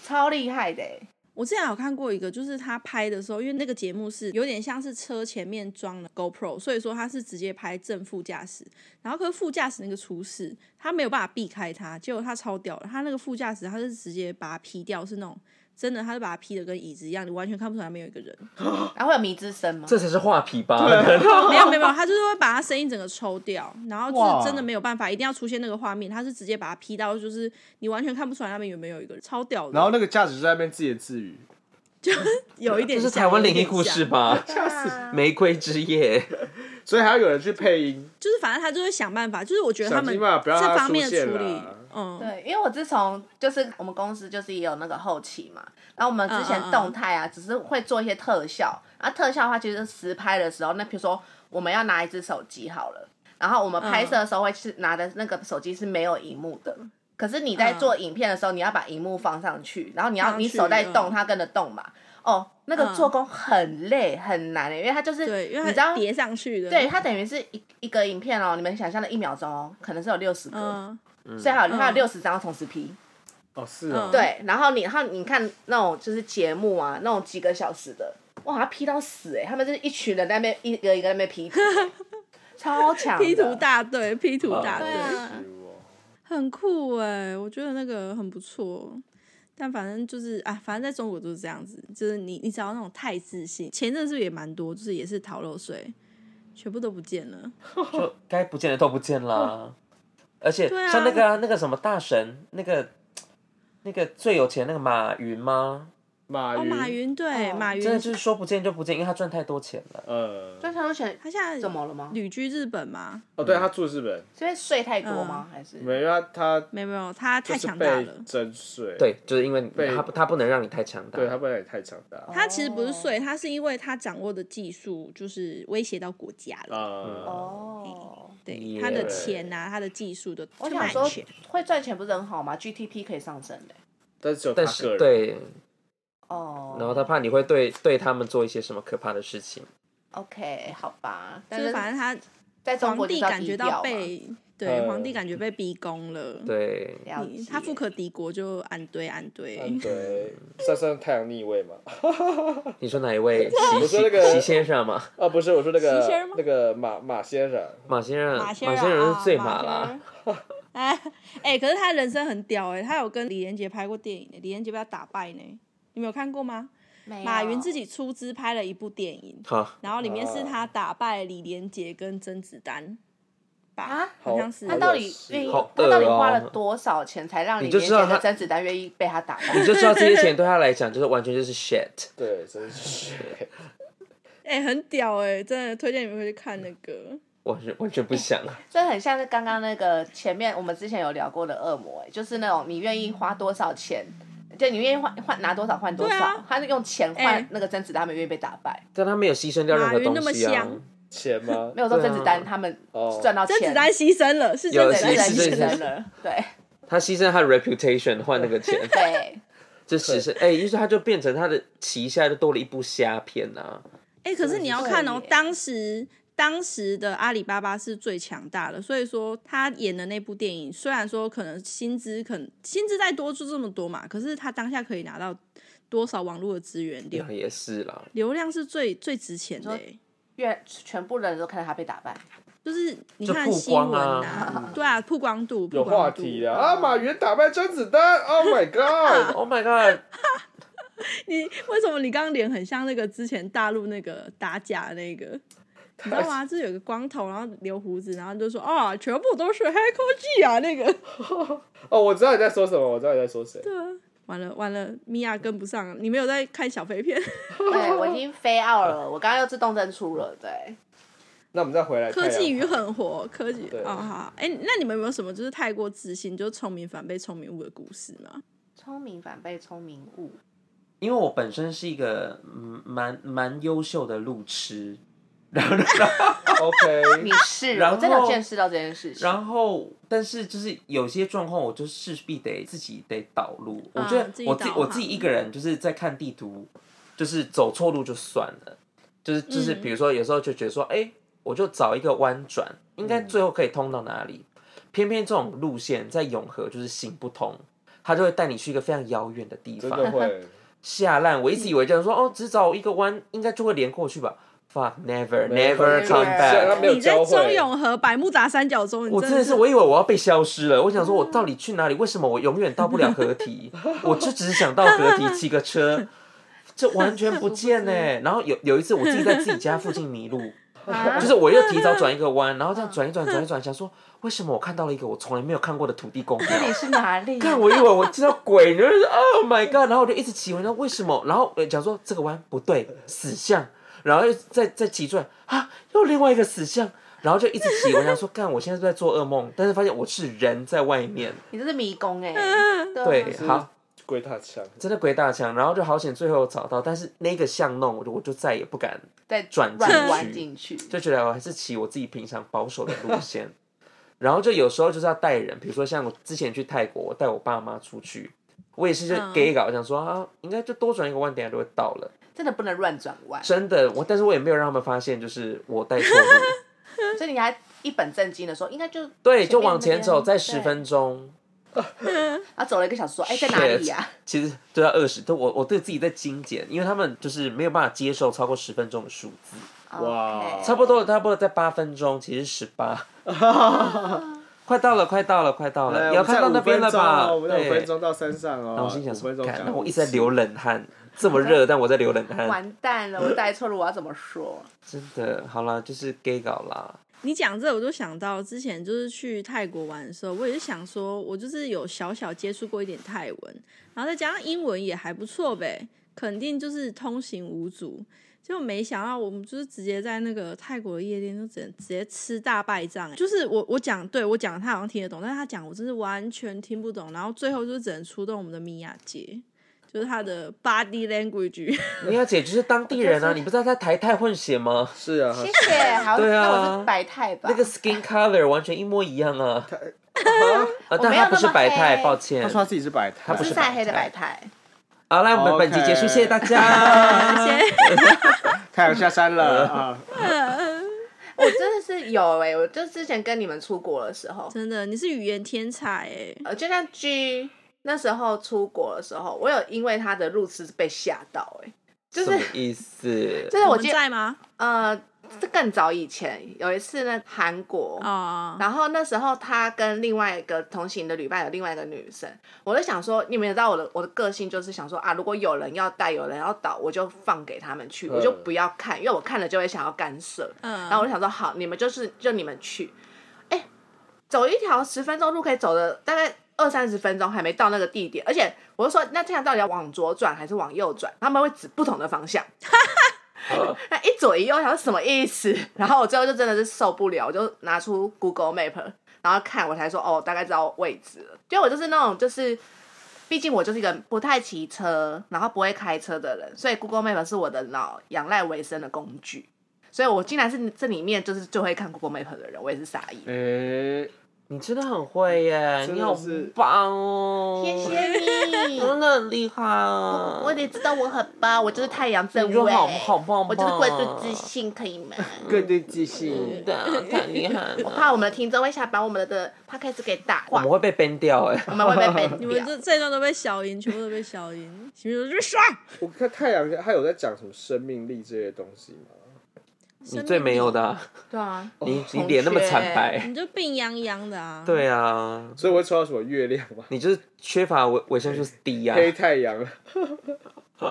S5: 超厉害的、欸。
S4: 我之前有看过一个，就是他拍的时候，因为那个节目是有点像是车前面装了 GoPro，所以说他是直接拍正副驾驶，然后可是副驾驶那个出事，他没有办法避开它，结果他超屌了，他那个副驾驶他是直接把它劈掉，是那种真的，他是把它劈的跟椅子一样，你完全看不出来没有一 个人。
S5: 然后会有迷之声吗？
S3: 这才是画皮吧？
S2: 啊
S4: 没有没有没有，他就是会把他声音整个抽掉，然后就
S2: 哇
S4: 是真的没有办法，一定要出现那个画面，他是直接把它 P 到，就是你完全看不出来那边有没有一个人，超屌的。
S2: 然后那个驾驶就在那边自言自语，
S4: 有一点
S3: 这是
S4: 像
S3: 台湾灵异故事？吧？
S5: 啊
S3: 玫瑰之夜，
S2: 所以还要有人去配音，
S4: 有一点像就是反正他就会想办法，就是我觉得他
S2: 想
S4: 们
S2: 尽办法不要
S4: 这
S2: 让它
S4: 方
S2: 出
S4: 面的
S2: 现
S4: 处理
S2: 啦，
S4: 嗯，
S5: 对，因为我自从就是我们公司就是也有那个后期嘛，然后我们之前
S4: 嗯嗯嗯
S5: 动态啊，只是会做一些特效，然后特效的话，其实实拍的时候，那比如说我们要拿一只手机好了，然后我们拍摄的时候会是拿的那个手机是没有荧幕的。可是你在
S4: 嗯
S5: 做影片的时候，你要把荧幕放上去，然后你要
S4: 放上
S5: 你
S4: 去
S5: 手在动，
S4: 嗯
S5: 它跟着动嘛。哦，那个
S4: 嗯
S5: 做工很累很难的，因为它就是
S4: 对，因
S5: 你
S4: 为
S5: 知道
S4: 它叠上去的，
S5: 对，它等于是一一个影片哦，你们想象的一秒钟哦，可能是有六十个，
S4: 嗯，
S5: 所以它有它有
S4: 嗯
S5: 六十张要同时 P。
S2: 哦，是哦
S4: 嗯，
S5: 对，然后你然后你看那种就是节目啊，那种几个小时的，哇，他 P 到死哎、欸，他们就是一群人在那边一个一个在那 边 P 图欸超强的
S4: P 图大队，P 图
S2: 哦
S4: 大
S5: 对
S4: 队，
S5: 啊，
S4: 很酷哎、我觉得那个很不错。但反正就是啊，反正在中国就是这样子，就是你你只要那种太自信，前阵子也蛮多，就是也是逃漏税，全部都不见了。
S3: 就该不见的都不见啦。而且
S4: 对啊
S3: 像那个啊、那个什么大神，那个那个最有钱那个马云吗？
S2: 马
S4: 哦，
S2: 云，
S4: 马云对、
S5: 哦
S4: 马云
S3: 真，的就是说不见就不见，因为他赚太多钱了。
S2: 呃，
S5: 专长都选
S4: 他现在
S5: 怎么了吗？
S4: 旅居日本吗？
S2: 哦，对他住日本，
S5: 是因为睡太多吗？
S4: 嗯
S5: 还是
S2: 没有因为他他
S4: 没有没有，他太
S2: 就是
S4: 强大
S2: 被
S4: 了。
S2: 征税，
S3: 对，就是因为
S2: 被
S3: 他不他不能让你太强大。
S2: 对，他不然也太强大了
S4: 他其实不
S5: 哦
S4: 是睡，他是因为他掌握的技术就是威胁到国家了。
S2: 啊，
S5: 哦？
S4: 对
S3: 耶
S4: 他的钱呐、他的技术的，
S5: 我想
S4: 就
S5: 说
S4: 卖钱
S5: 会赚钱不是很好吗？GTP 可以上升的、欸
S2: 但是只有他
S3: 但
S2: 个
S3: 是
S2: 人，
S3: 对，
S5: 哦，
S3: 然后他怕你会对对他们做一些什么可怕的事情。
S5: OK 好吧，但
S4: 就是
S5: 是
S4: 反正他
S5: 在中国
S4: 皇
S5: 就
S4: 帝
S5: 是要
S4: 感
S5: 低
S4: 觉
S5: 调啊嘛
S4: 到被对
S2: 呃
S4: 皇帝感觉被逼宫了，
S3: 对，
S5: 了
S4: 你
S5: 解
S4: 他富可敌国就安堆安堆
S2: 嗯，对，算算太阳逆位嘛，
S3: 你说哪 一位？习
S2: 我说那
S3: 习
S2: 个
S3: 习先生吗？
S2: 啊，不是，我说那个
S4: 习先生吗
S2: 那个马马先生，
S3: 马先生，马
S4: 马先
S3: 先生
S4: 啊
S3: 是最
S4: 马
S3: 马啦。
S4: 先生。 哎哎，可是他人生很屌哎，他有跟李连杰拍过电影呢，李连杰被他打败呢，你们有看过吗？
S5: 没有
S4: 马云自己出资拍了一部电影，
S3: 好，
S4: 然后里面是他打败李连杰跟甄子丹吧，
S5: 啊。
S4: 好像是
S5: 他到底愿意？
S3: 好恶
S5: 他到底
S3: 哦
S5: 花了多少钱才让
S3: 你
S5: 李
S3: 就
S5: 连
S3: 知道
S5: 杰的
S3: 他
S5: 甄子丹愿意被他打败？
S3: 你就知道这些钱对他来讲就是完全就是 shit。
S2: 对，真是
S4: 哎很屌哎，真的推荐你们回去看那个。
S3: 完全完全不想，
S5: 这很像是刚刚那个前面我们之前有聊过的恶魔、欸，就是那种你愿意花多少钱，就你愿意换换拿多少换多
S4: 对
S5: 少，
S4: 啊
S5: 他是用钱
S4: 哎
S5: 换那个甄子丹，他们愿意被打败，
S3: 但他没有牺牲掉任何
S4: 马云那
S3: 东
S4: 么
S3: 西啊
S4: 香。
S2: 钱吗
S5: 没？有说甄子
S3: 对
S5: 丹
S3: 啊
S5: 他们
S2: 哦
S5: 赚到钱，
S4: 甄子丹牺牲了，是甄
S3: 有
S4: 子丹
S5: 甄
S3: 是
S5: 子丹
S4: 牺
S3: 是
S5: 牺
S3: 是
S4: 牲
S5: 牲
S4: 了。
S5: 了，对
S3: 他牺牲他的 reputation 换那个钱，
S5: 对，
S3: 这只是哎，于是他就变成他的旗下就多了一部虾片啊。
S4: 哎、可是你要
S5: 是
S4: 看哦
S5: 耶，
S4: 当时当时的阿里巴巴是最强大的，所以说他演的那部电影，虽然说可能薪资可能薪资再多就这么多嘛，可是他当下可以拿到多少网络的资源流
S3: 也是啦，
S4: 流量是最最值钱的、
S5: 说
S4: 欸。
S5: 越全部人都看到他被打败，
S4: 就是你
S3: 就
S4: 看
S3: 曝
S4: 新
S3: 光
S4: 闻
S3: 啊
S4: 啊，对啊，曝光度曝
S2: 有话
S4: 光度
S2: 题的啊！马云打败甄子丹，Oh my God！
S3: Oh my god！
S4: 你为什么你刚刚脸很像那个之前大陆那个打假那个？你知道吗？就是有个光头，然后留胡子，然后就说啊，全部都是黑科技啊！那个，
S2: 哦，我知道你在说什么，我知道你在说谁。
S4: 对啊，完了完了，米娅跟不上，你没有在看小飞 片，
S5: 对我已经飞 out 了，我刚刚又自动登出了，对。
S2: 那我们再回来
S4: 科
S2: 太
S4: 技
S2: 阳
S4: 与狠活，科技
S2: 啊对
S4: 哦好，哎、那你们有没有什么就是太过自信，就是聪明反被聪明误的故事吗？
S5: 聪明反被聪明误，
S3: 因为我本身是一个嗯蛮蛮优秀的路痴，然后然后
S5: 你
S2: OK，
S5: 是，
S3: 嗯啊然后
S5: 我真的有见识到这件事情。
S3: 然后但是就是有些状况，我就势必得自己得导路。我
S4: 嗯
S3: 觉得
S4: 自己
S3: 我自己
S4: 导
S3: 我自己
S4: 航
S3: 一个人就是在看地图，就是走错路就算了，就是就是
S4: 嗯
S3: 比如说有时候就觉得说，哎、我就找一个弯转，应该最后可以通到哪里？偏偏这种路线在永和就是行不通。它就会带你去一个非常遥远的地
S2: 真
S3: 方，
S2: 的会。
S3: 下烂。我一
S4: 嗯
S3: 直以为这样说，哦，只找一个弯，应该就会连过去吧。Fuck never
S2: 没有
S3: never come
S2: 他
S3: back。
S2: 没有
S4: 你在啊
S2: 教会
S4: 中永和百慕达三角洲，你
S3: 我真的是，嗯我以为我要被消失了。我想说，我到底去哪里？为什么我永远到不了合体？ 我就只是想到合体，骑个车，这完全不 见呢、然后有有一次，我自己在自己家附近迷路，
S5: 啊
S3: 就是我又提早转一个弯，然后这样转一转，转一转，想说为什么我看到了一个我从来没有看过的土地公庙？
S5: 你是哪里？
S3: 看我一会儿我见到鬼，你就是 Oh my God，然后我就一直骑回，然后为什么？然后呃讲说这个弯不对，死巷，然后又再再骑转啊，又另外一个死巷，然后就一直骑，我想说干，我现在是不是在做噩梦，但是发现我是人在外面，
S5: 你这是迷宫哎、
S3: 对，
S5: 啊
S3: 好，
S2: 鬼踏墙，
S3: 真的鬼打墙，然后就好险最后找到，但是那个巷弄，我就我就再也不敢，
S5: 再
S3: 转进
S5: 乱
S3: 去
S5: 玩进去，
S3: 就觉得我还是骑我自己平常保守的路线，然后就有时候就是要带人，比如说像我之前去泰国，我带我爸妈出去。我也是就
S4: 嗯
S3: gay 搞，我想说啊，应该就多转一个弯，等一下就会到了。
S5: 真的不能乱转弯。
S3: 真的，我但是我也没有让他们发现，就是我带 错路。
S5: 所以你还一本正经的说，应该就
S3: 对，就
S5: 前面
S3: 往前走，
S5: 那边
S3: 再十分钟，
S5: 然后走了一个小时说，哎、在哪里呀、
S3: 其实都要二十。都我我对自己在精简，因为他们就是没有办法接受超过十分钟的数字，
S2: 哇
S5: OK
S3: 差不多了，差不多了在八分钟，其实十 八，快到了，快到了，快到了，
S2: 哎
S3: 也呃要看到那边了吧？
S2: 啊我们再五分
S3: 对。
S2: 钟到山上哦。
S3: 然后我心想
S2: 五
S3: 说
S2: 分，钟
S3: 看，
S2: 讲
S3: 那我一直在流冷汗，这么热，但我在流冷汗，
S5: 完蛋了，我带错了，我要怎么说？
S3: 真的，好啦，就是 gay 搞啦，
S4: 你讲这，我就想到之前就是去泰国玩的时候，我也是想说，我就是有小小接触过一点泰文，然后再加上英文也还不错呗，肯定就是通行无阻。结果没想到，我们就是直接在那个泰国的夜店就直接直接吃大败仗、欸，就是我我讲对我讲他好像听得懂，但是他讲我真是完全听不懂，然后最后就是只能出动我们的米娅姐，就是他的 body language。
S3: 你要姐就是当地人啊，你不知道在台泰混血吗？
S2: 是啊，
S5: 谢谢，好，
S3: 对啊
S5: 那我是白太吧？
S3: 那个 skin color 完全一模一样 啊！啊，
S5: 我
S3: 但
S5: 没有
S3: 他不是
S5: 那么
S3: 白太，
S5: 黑
S3: 抱歉
S2: 他。说他自己是白他
S3: 不
S5: 是
S3: 是
S5: 晒黑的白太，
S3: 好，来，我们本集结束，
S2: OK
S3: 谢谢大 家。
S2: 太阳下山了啊！
S5: 我真的是有哎、我就之前跟你们出国的时候，
S4: 真的，你是语言天才哎、
S5: 呃，就像 G 那时候出国的时候，我有因为他的路痴被吓到哎、就
S3: 什
S5: 是
S3: 么意思？
S5: 就是
S4: 我
S5: 我
S4: 们
S5: 记得
S4: 在吗？
S5: 呃，这更早以前有一次呢，韩国
S4: 啊、
S5: 然后那时候他跟另外一个同行的旅伴有另外一个女生，我就想说，你们也知道我的我的个性就是想说啊，如果有人要带，有人要倒，我就放给他们去，
S2: 嗯
S5: 我就不要看，因为我看了就会想要干涉。
S4: 嗯
S5: 然后我就想说，好，你们就是就你们去，哎，走一条十分钟路可以走的，大概二三十分钟还没到那个地点，而且我就说，那这样到底要往左转还是往右转？他们会指不同的方向。那一左一右，我想说什么意思？然后我最后就真的是受不了，我就拿出 Google Map，然后看我才说哦，大概知道位置了。因为我就是那种就是，毕竟我就是一个不太骑车，然后不会开车的人，所以 Google Map 是我的脑仰赖为生的工具。所以我竟然是这里面就是最会看 Google Map 的人，我也是傻眼。
S2: 哎，
S3: 你真的很会耶，
S2: 真的
S3: 你好
S2: 是
S3: 棒哦！
S5: 谢谢 你，
S3: 真的很厉害。我
S5: 我得知道我很棒，我就是太阳正
S3: 你
S5: 位，
S3: 说好好棒棒，啊
S5: 我就是贵族自信，可以吗？
S2: 更对自信
S4: 嗯
S3: 真。的啊太厉害了。
S5: 我怕我们的听众会想把我们的 p o d c 给打
S3: 我
S5: 垮
S3: 们，会被 ban 掉哎。
S5: 我们会被 ban
S4: 你们
S5: 掉。
S4: 这这一段都被消音，全部都被消音。行不行？就是爽。
S3: 嗯
S2: 我看太阳，他有在讲什么生命力这些东西吗？
S3: 你最没有的啊、
S5: 对啊，
S3: 你你
S5: 同
S3: 脸那么惨
S5: 学
S3: 白，
S4: 你就病殃殃的啊。，
S3: 对啊，
S2: 所以我会抽到什么月亮嘛，
S3: 你就是缺乏维维生素 D 啊呀、
S2: 黑太阳，啊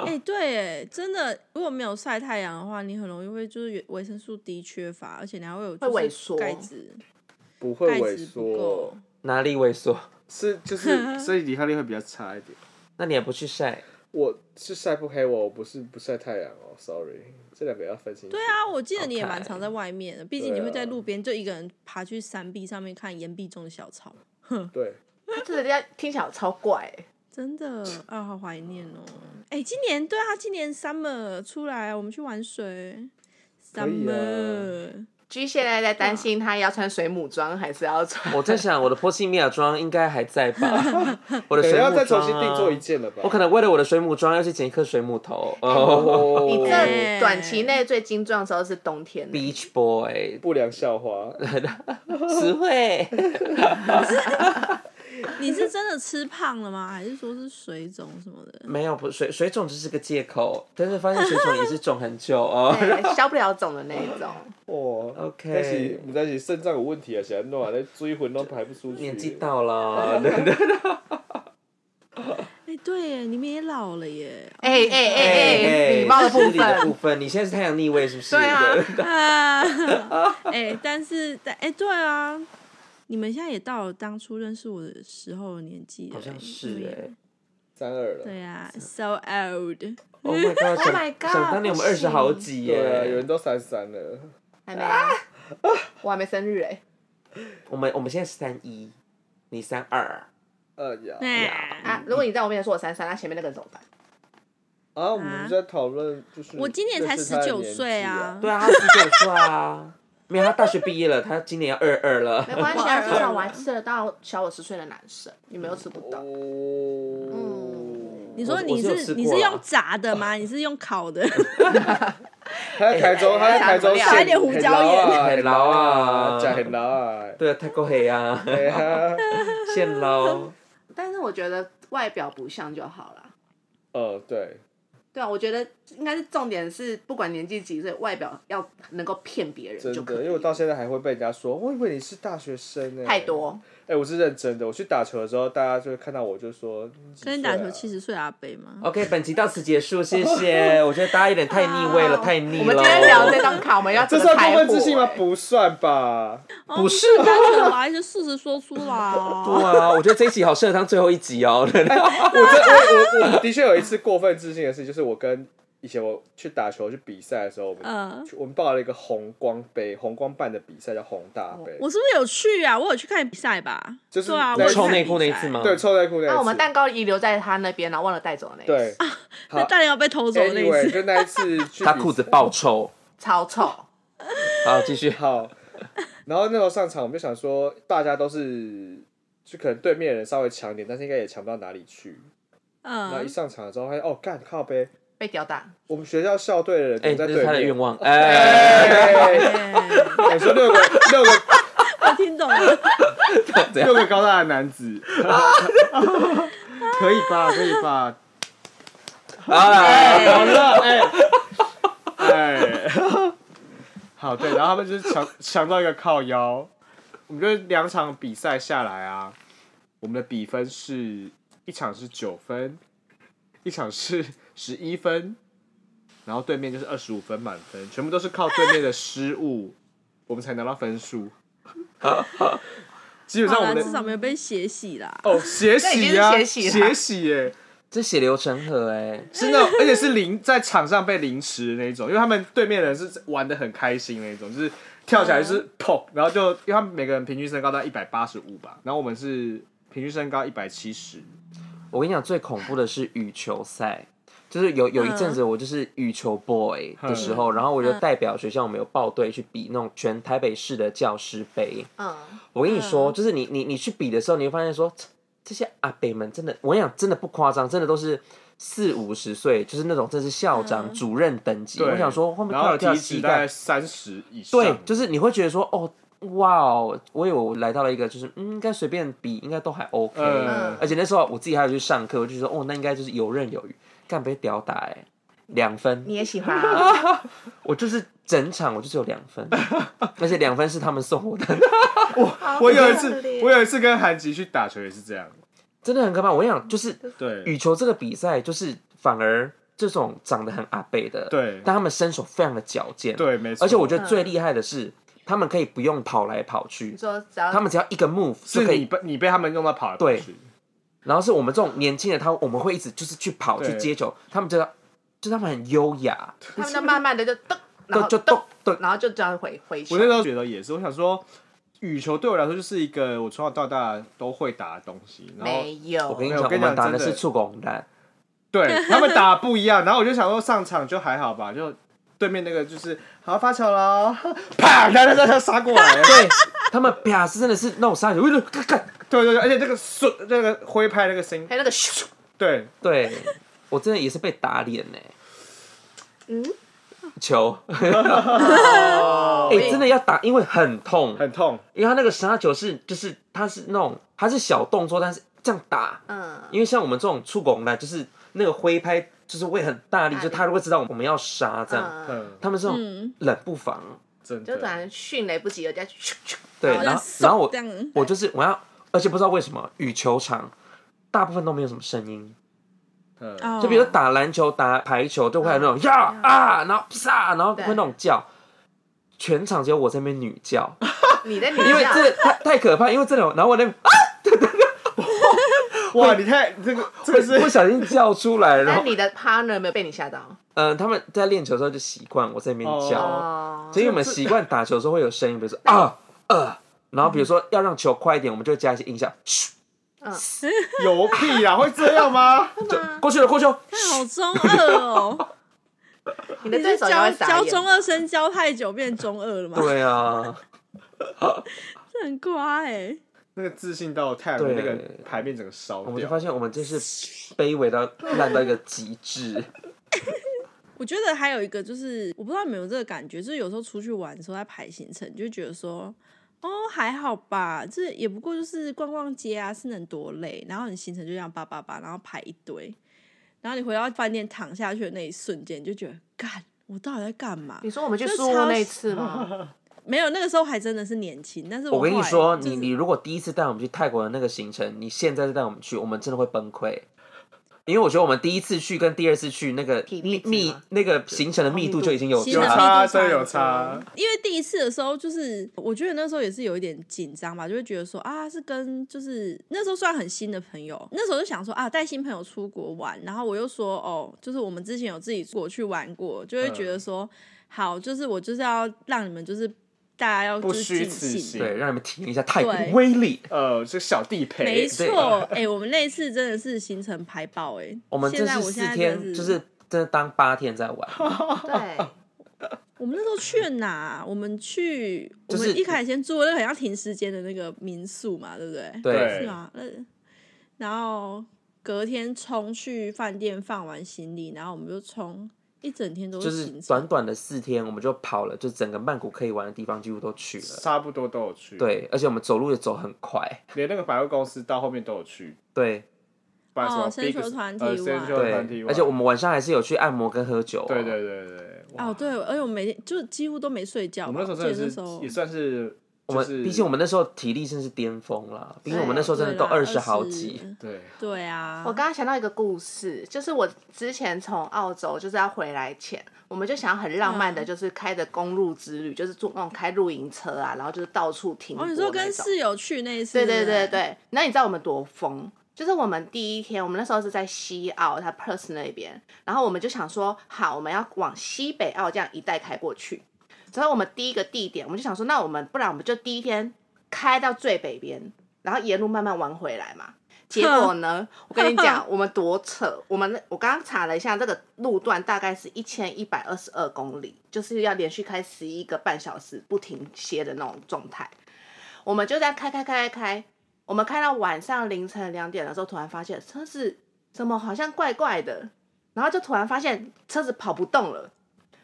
S4: 哎、对，哎，真的，如果没有晒太阳的话，你很容易会就是维生素 D 缺乏，而且你还会有就是
S5: 会萎缩
S4: 钙质，
S2: 不会
S4: 钙
S2: 萎
S4: 质不
S2: 缩
S4: 够，。
S3: 哪里萎缩？
S2: 是就是，所以抵抗力会比较差一点。
S3: 那你也不去晒，
S2: 我是晒不黑我，我不是不晒太阳哦，sorry，这两个要分清楚。
S4: 对啊，我记得你也
S3: OK
S4: 蛮常在外面的，毕竟
S2: 对
S4: 你
S2: 啊
S4: 会在路边就一个人爬去山壁上面看岩壁中的小草，
S2: 对，
S5: 他这人家听起来超怪欸，
S4: 真的啊，好怀念哦。哎、今年对啊，今年 summer 出来，我们去玩水
S2: 可以啊
S4: ，summer。
S5: 居现在在担心他要穿水母装还是要穿
S3: 我在想我的波西米亚装应该还在 吧？我的
S2: 可
S3: 水
S2: 能
S3: 母
S2: 要
S3: 装、啊、
S2: 再重新定做一件了吧？
S3: 我可能为了我的水母装要去剪一颗水母头哦。
S2: 哦，
S5: 你这
S4: 对
S5: 短期内最精壮的时候是冬天，
S3: Beach Boy，
S2: 不良校花，
S3: 词汇。
S4: 你是真的吃胖了吗？还是说是水肿什么的？
S3: 没有，不水水肿只是个借口，但是发现水肿也是肿很久哦。
S5: 对，消不了肿的那一种。
S2: 哦
S3: OK
S2: 但是不但是肾脏有问题啊，现在弄啊，那追魂都排不出去。
S3: 年纪到了，对对
S4: 哎、对耶，你们也老了 耶！
S5: 哎哎哎哎，
S3: 哎
S5: 礼貌的部
S3: 生理的部
S5: 分，
S3: 分，你现在是太阳逆位是不是？
S5: 对啊，
S4: 啊，哎、但是但哎、对啊，你们现在也到了当初认识我的时候的年纪了耶，
S3: 好像
S4: 你
S3: 是
S4: 们也
S3: 哎。
S2: 三二了。
S4: 对啊，so old。
S3: Oh my god！
S5: Oh my
S3: 想
S5: god，
S3: 想当年我们
S5: 不
S3: 二
S5: 行
S3: 十好几
S2: 对啊，有人
S3: 耶，
S2: 都三三了，
S5: 还没啊， 我还没生日哎，
S3: 我们我们现在三一，你三二，
S2: 哎呀
S4: 哎
S5: 啊，如果你在我面前说我三三，那前面那个人怎么办？
S2: 啊！我们在讨论就是
S4: 我今年才
S2: 认识他的
S4: 19
S2: 年纪
S4: 岁
S2: 啊
S4: 啊，
S3: 对啊，他十九岁啊，没有他大学毕业了，他今年要二二了。
S5: 没关系
S4: 我
S5: 啊，
S4: 二
S5: 至少我还吃得到小我十岁的男生，你们又吃不
S2: 嗯
S5: 到。嗯
S2: 哦，
S4: 你说
S3: 我
S4: 你
S3: 我是有吃
S4: 是你
S3: 过嗯
S4: 是
S3: 啊
S4: 用炸的 吗？你是用烤的？
S2: 他在台州，
S4: 哎
S2: 他在台州
S5: 加
S2: 县
S5: 一
S4: 点胡椒盐
S2: 很老啊，
S3: 很老啊
S2: 真很老啊，
S3: 对啊，太够黑啊，
S2: 哎呀，
S3: 现捞。
S5: 但是我觉得外表不像就好了。
S2: 哦对，
S5: 对啊，我觉得应该是重点是，不管年纪几岁，外表要能够骗别人
S2: 真
S5: 就
S2: 的
S5: 可以，了。
S2: 因为我到现在还会被人家说，我以为你是大学生呢，
S5: 太。多，
S2: 哎，我是认真的，我去打球的时候，大家就会看到我就说，
S4: 跟你
S2: 你几岁啊
S4: 打球七十岁阿北吗？
S3: OK，本集到此结束，谢谢。我觉得大家有点太逆位了，太逆了。
S5: 我们今天聊这张卡，我们要
S2: 这
S5: 这
S2: 算过分自信
S5: 欸
S2: 吗？不算吧，
S3: 不是啊
S4: 单纯把一些事实说出来
S3: 对
S4: 啊。
S3: 啊，我觉得这一集好适合当最后一集哦。
S2: 我这我我我的确有一次过分自信的事，就是我跟以前我去打球去比赛的时候，我们、
S4: 嗯，
S2: 我们报了一个红光杯，红光办的比赛叫宏大杯，
S4: 我是不是有去啊？我有去看比赛吧？
S2: 就是
S4: 哦对啊，我
S2: 在
S4: 有去
S3: 臭
S4: 看
S3: 内裤那
S4: 比
S3: 一
S4: 赛
S3: 次？吗？
S2: 对，臭内裤那一次，
S5: 那
S3: 啊
S5: 我们蛋糕遗留在他那边，然后忘了带走的那一次
S2: 对，
S4: 那大要被偷走啊的那一
S2: anyway
S4: 次。
S2: 就那一次去比
S3: 他裤子爆臭。
S5: 超臭。
S3: 好，继 续。
S2: 好， 然后那时候上场我们就想说，大家都是就可能对面的人稍微强一点，但是应该也强不到哪里去。然后一
S4: 嗯，
S2: 上场之后发现哦干靠杯，
S5: 被吊打，
S2: 我们学校校队的人
S3: 哎，
S2: 怎么在
S3: 这
S2: 对
S3: 是
S2: 面？
S3: 他的愿望。哎，
S2: 哎
S4: 哎
S2: 我说六个六个
S4: 我听懂 了。
S3: 这样
S2: 六个高大的男子，可以吧？可以吧？
S3: 啊，
S2: 好了， 哎、哎，好对，然后他们就是强强到一个靠腰，我们就是两场比赛下来啊，我们的比分是一场是九分，一场是十一分，然后对面就是二十五分满分，全部都是靠对面的失误，我们才拿到 分数。基本上
S4: 好
S2: 我
S4: 啦，
S2: 们
S4: 至少
S2: 的
S4: 没有被血洗啦。
S2: 哦血
S5: 那已经
S2: 洗
S5: 是
S2: 呀、
S5: 血洗了
S2: 血洗耶、
S3: 这血流成河哎。
S2: 是那种，而且是淋在场上被淋湿的那一种，因为他们对面的人是玩的很开心那一种，就是跳起来就是
S5: 嗯
S2: 砰，然后就因为他们每个人平均身高在一百八十五吧，然后我们是平均身高一百七十，
S3: 我跟你讲，最恐怖的是羽球赛，就是有有一阵
S2: 嗯
S3: 子我就是羽球 boy 的时候，然后我就代表学校，我们有报队去比那种全台北市的教师杯。
S5: 嗯，
S3: 我跟你说，就是你你你去比的时候，你会发现说，这这些阿北们真的，我跟你讲，真的不夸张，真的都是。四五十岁，就是那种，真是校
S5: 嗯
S3: 长、主任等级。
S2: 对，
S3: 我想说，后面
S2: 然
S3: 跳
S2: 后
S3: 一跳
S2: 体脂
S3: 膝
S2: 大
S3: 盖
S2: 概，三十以上，
S3: 对，就是你会觉得说，哦，哇哦，我有来到了一个，就是嗯，应该随便比，应该都还 OK、
S2: 嗯
S3: 而且那时候我自己还有去上课，我就觉得，哦，那应该就是游刃有余，干被屌打哎、两分，
S5: 你也喜欢啊？
S3: 我就是整场我就只有两 分，而且两分是他们送我的， 嗯
S2: 我有一次，我有一次跟韩吉去打球也是这样，
S3: 真的很可怕。我跟你讲，就是
S2: 对，
S3: 羽球这个比赛，就是反而这种长得很阿贝的，
S2: 对
S3: 但他们身手非常的矫健，
S2: 对没错
S3: 而且我觉得最厉害的是，他们可以不用跑来跑去
S5: 你，说只要
S3: 他们只要一个 move 就是可
S2: 你
S3: 以。
S2: 被你被他们弄到跑来跑
S3: 对
S2: 去，
S3: 然后是我们这种年轻的他，我们会一直就是去跑
S2: 对
S3: 去接球，他们就要就是他们很优雅，
S5: 他们就慢慢的就咚，然
S3: 就
S5: 后
S3: 就动，对，
S5: 然后就这样回回球
S2: 我那。时候觉得也是，我想说，羽球对我来说就是一个我从小到大都会打的东西。然后
S5: 没有，
S3: 我跟你
S2: 没
S3: 讲，
S2: 有我
S3: 我
S2: 跟你讲
S3: 们打的
S2: 真的
S3: 是触拱篮，
S2: 对他们打不一样，然后我就想说上场就还好吧，就对面那个就是好发球喽，啪，然后他他杀过来，
S3: 对他们啪是真的是那种杀球，喂干干
S2: 对对对，而且这个顺那个挥拍那个声音
S5: 还，有那个咻，
S2: 对，
S3: 对我真的也是被打脸呢、
S5: 嗯，
S3: 球，
S5: 哦
S3: 哎、真的要打，因为很痛，
S2: 很痛，
S3: 因为他那个杀球是就是他是那种他是小动作，但是这样打，
S5: 嗯，
S3: 因为像我们这种触拱篮，就是那个挥拍就是会很大力，
S5: 大
S3: 就
S5: 力
S3: 他如果知道我们要杀这样，
S5: 嗯，
S2: 嗯，
S3: 他们这种
S4: 嗯
S3: 冷不防，
S2: 真
S5: 就突
S2: 的，
S5: 然迅雷不及人家就咻咻，
S3: 对，然
S5: 然后
S3: 后
S4: 就
S3: 然后我
S4: 这样
S3: 我就是我要，而且不知道为什么羽球场大部分都没有什么声音，
S2: 嗯，
S4: 哦
S3: 就比如打篮球、打排球，都会有那种呀啊，然后啪，然后会那种叫，全场只有我在那边女 叫，
S5: 你在你
S3: 因为
S5: 家
S3: 这个太太可怕，因为这种，然后我那边啊
S2: 哇，你太这个这个
S3: 不
S2: 是
S3: 小心叫出 来，然
S5: 那
S3: 后
S5: 你的 partner 有没有被你吓到？
S3: 嗯、呃他们在练球的时候就习惯我在那边叫，
S2: 哦
S5: 哦，
S3: 所以我们习惯打球的时候会有声音，比如说啊呃，然后比如说要让球快一点，我们就会加一些音效，嘘，
S2: 油屁啊，会这样吗？
S3: 就过去了， 过去了，
S4: 看好中二哦，
S5: 你的
S4: 你
S5: 对
S4: 是
S5: 手要
S4: 教
S5: 傻
S4: 教
S5: 眼
S4: 中。二生教太久变中二了吗？
S3: 对啊，
S4: 这很乖哎，
S2: 那个自信到太阳的那个
S3: 对
S2: 牌面整个烧
S3: 我们就
S2: 掉
S3: 发，现我们真是卑微到烂到一个极致，
S4: 我觉得还有一个就是，我不知道你们有没有这个感觉，就是有时候出去玩的时候在排行程，就觉得说，哦还好吧，这也不过就是逛逛街啊，是能多累？然后你行程就这样叭叭叭，然后排一堆，然后你回到饭店躺下去的那一瞬间，你就觉得干。我到底在干嘛
S5: 你？说我们去
S4: 这
S5: 苏屋
S4: 超
S5: 那一 次吗？
S4: 没有，那个时候还真的是年轻，但是
S3: 我跟
S4: 后
S3: 你
S4: 来
S3: 说，
S4: 就是
S3: 你你如果第一次带我们去泰国的那个行程，你现在再带我们去，我们真的会崩溃。因为我觉得我们第一次去跟第二次去那个
S5: 体
S3: 密
S5: 力值
S3: 密
S5: 吗
S3: 那个行程的密度就已经有
S4: 行
S2: 有
S4: 程密度差
S3: 差，
S2: 差，真的有
S4: 很
S2: 差，
S4: 因为第一次的时候，就是我觉得那时候也是有一点紧张吧，就会觉得说啊，是跟就是那时候算很新的朋友，那时候就想说啊，带新朋友出国玩，然后我又说哦，就是我们之前有自己出国去玩过，就会觉得说、好，就是我就是要让你们就是大家要
S2: 不
S4: 就是
S2: 虚
S4: 尽
S2: 此
S4: 兴。
S2: 行，
S3: 对，让你们体验一下泰国的
S4: 对
S3: 威力。
S2: 呃，这小地陪，
S4: 没
S3: 对
S4: 错，哎、我们那次真的是行程排爆哎、
S3: 我们
S4: 现
S3: 这
S4: 在
S3: 是
S4: 我
S3: 四
S4: 现在真
S3: 天，
S4: 的
S3: 就是真的当八天在玩，
S5: 对，
S4: 我们那时候去了哪？啊我们去，
S3: 就是
S4: 我们一开始先住那个很像停尸间的那个民宿嘛，对不对？
S3: 对
S2: 对
S4: 是吗？那然后隔天冲去饭店放完行李，然后我们就冲一整天都
S3: 就是
S4: 行程
S3: 短，短的四天，我们就跑了，就整个曼谷可以玩的地方几乎都去了。
S2: 差不多都有去，，
S3: 对，而且我们走路也走很快，
S2: 连那个百货公司到后面都有去，
S3: 对
S2: 不然什么
S4: 哦
S2: Big-
S4: Central 团体
S2: 呃
S4: 玩
S2: Central 团体
S3: 对，
S2: 玩
S3: 而且我们晚上还是有去按摩跟喝酒哦。
S2: 对对对对，哇
S4: 哦，，对，而且我每天就几乎都没睡觉吧。
S2: 我们那时候真
S4: 我记得那
S2: 的是
S4: 时候
S2: 也算是，
S3: 我
S2: 就
S3: 们
S2: 是
S3: 毕竟我们那时候体力真是巅峰啦，毕竟我们那时候真的
S4: 对
S3: 都
S4: 啦
S3: 二十好几，
S4: 20
S2: 对
S4: 对啊，
S5: 我刚刚想到一个故事，就是我之前从澳洲就是要回来前，我们就想要很浪漫的，
S4: 嗯
S5: 就是开着公路之旅，就是坐那种开露营车啊，然后就是到处停泊
S4: 哦，
S5: 那
S4: 你
S5: 种。
S4: 说跟室友去那一次，
S5: 对对
S4: 不
S5: 对，对，那你知道我们多疯？就是我们第一天，我们那时候是在西澳，它 Perth 那边，然后我们就想说，好，我们要往西北澳这样一带开过去。然后我们第一个地点，我们就想说，那我们不然我们就第一天开到最北边，然后沿路慢慢玩回来嘛。结果呢，我跟你讲，我们多扯，我们我刚刚查了一下，这个路段大概是一千一百二十二公里，就是要连续开十一个半小时不停歇的那种状态。我们就在开开开开开，我们开到晚上凌晨两点的时候，突然发现车子怎么好像怪怪的，然后就突然发现车子跑不动了，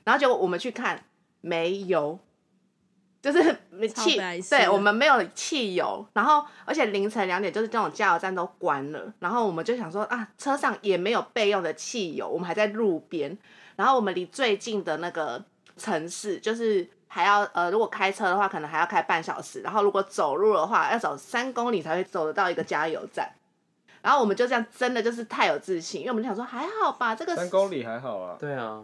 S5: 然后结果我们去看没油，就是
S4: 超
S5: 汽
S4: 白，痴
S5: 对
S4: 的
S5: 我们没有汽油，然后而且凌晨两点就是这种加油站都关了，然后我们就想说啊，车上也没有备用的汽油，我们还在路边，然后我们离最近的那个城市就是。还要呃，如果开车的话，可能还要开半小时。然后如果走路的话，要走三公里才会走得到一个加油站。然后我们就这样，真的就是太有自信，因为我们就想说还好吧，这个
S2: 三公里还好啊。
S3: 对啊，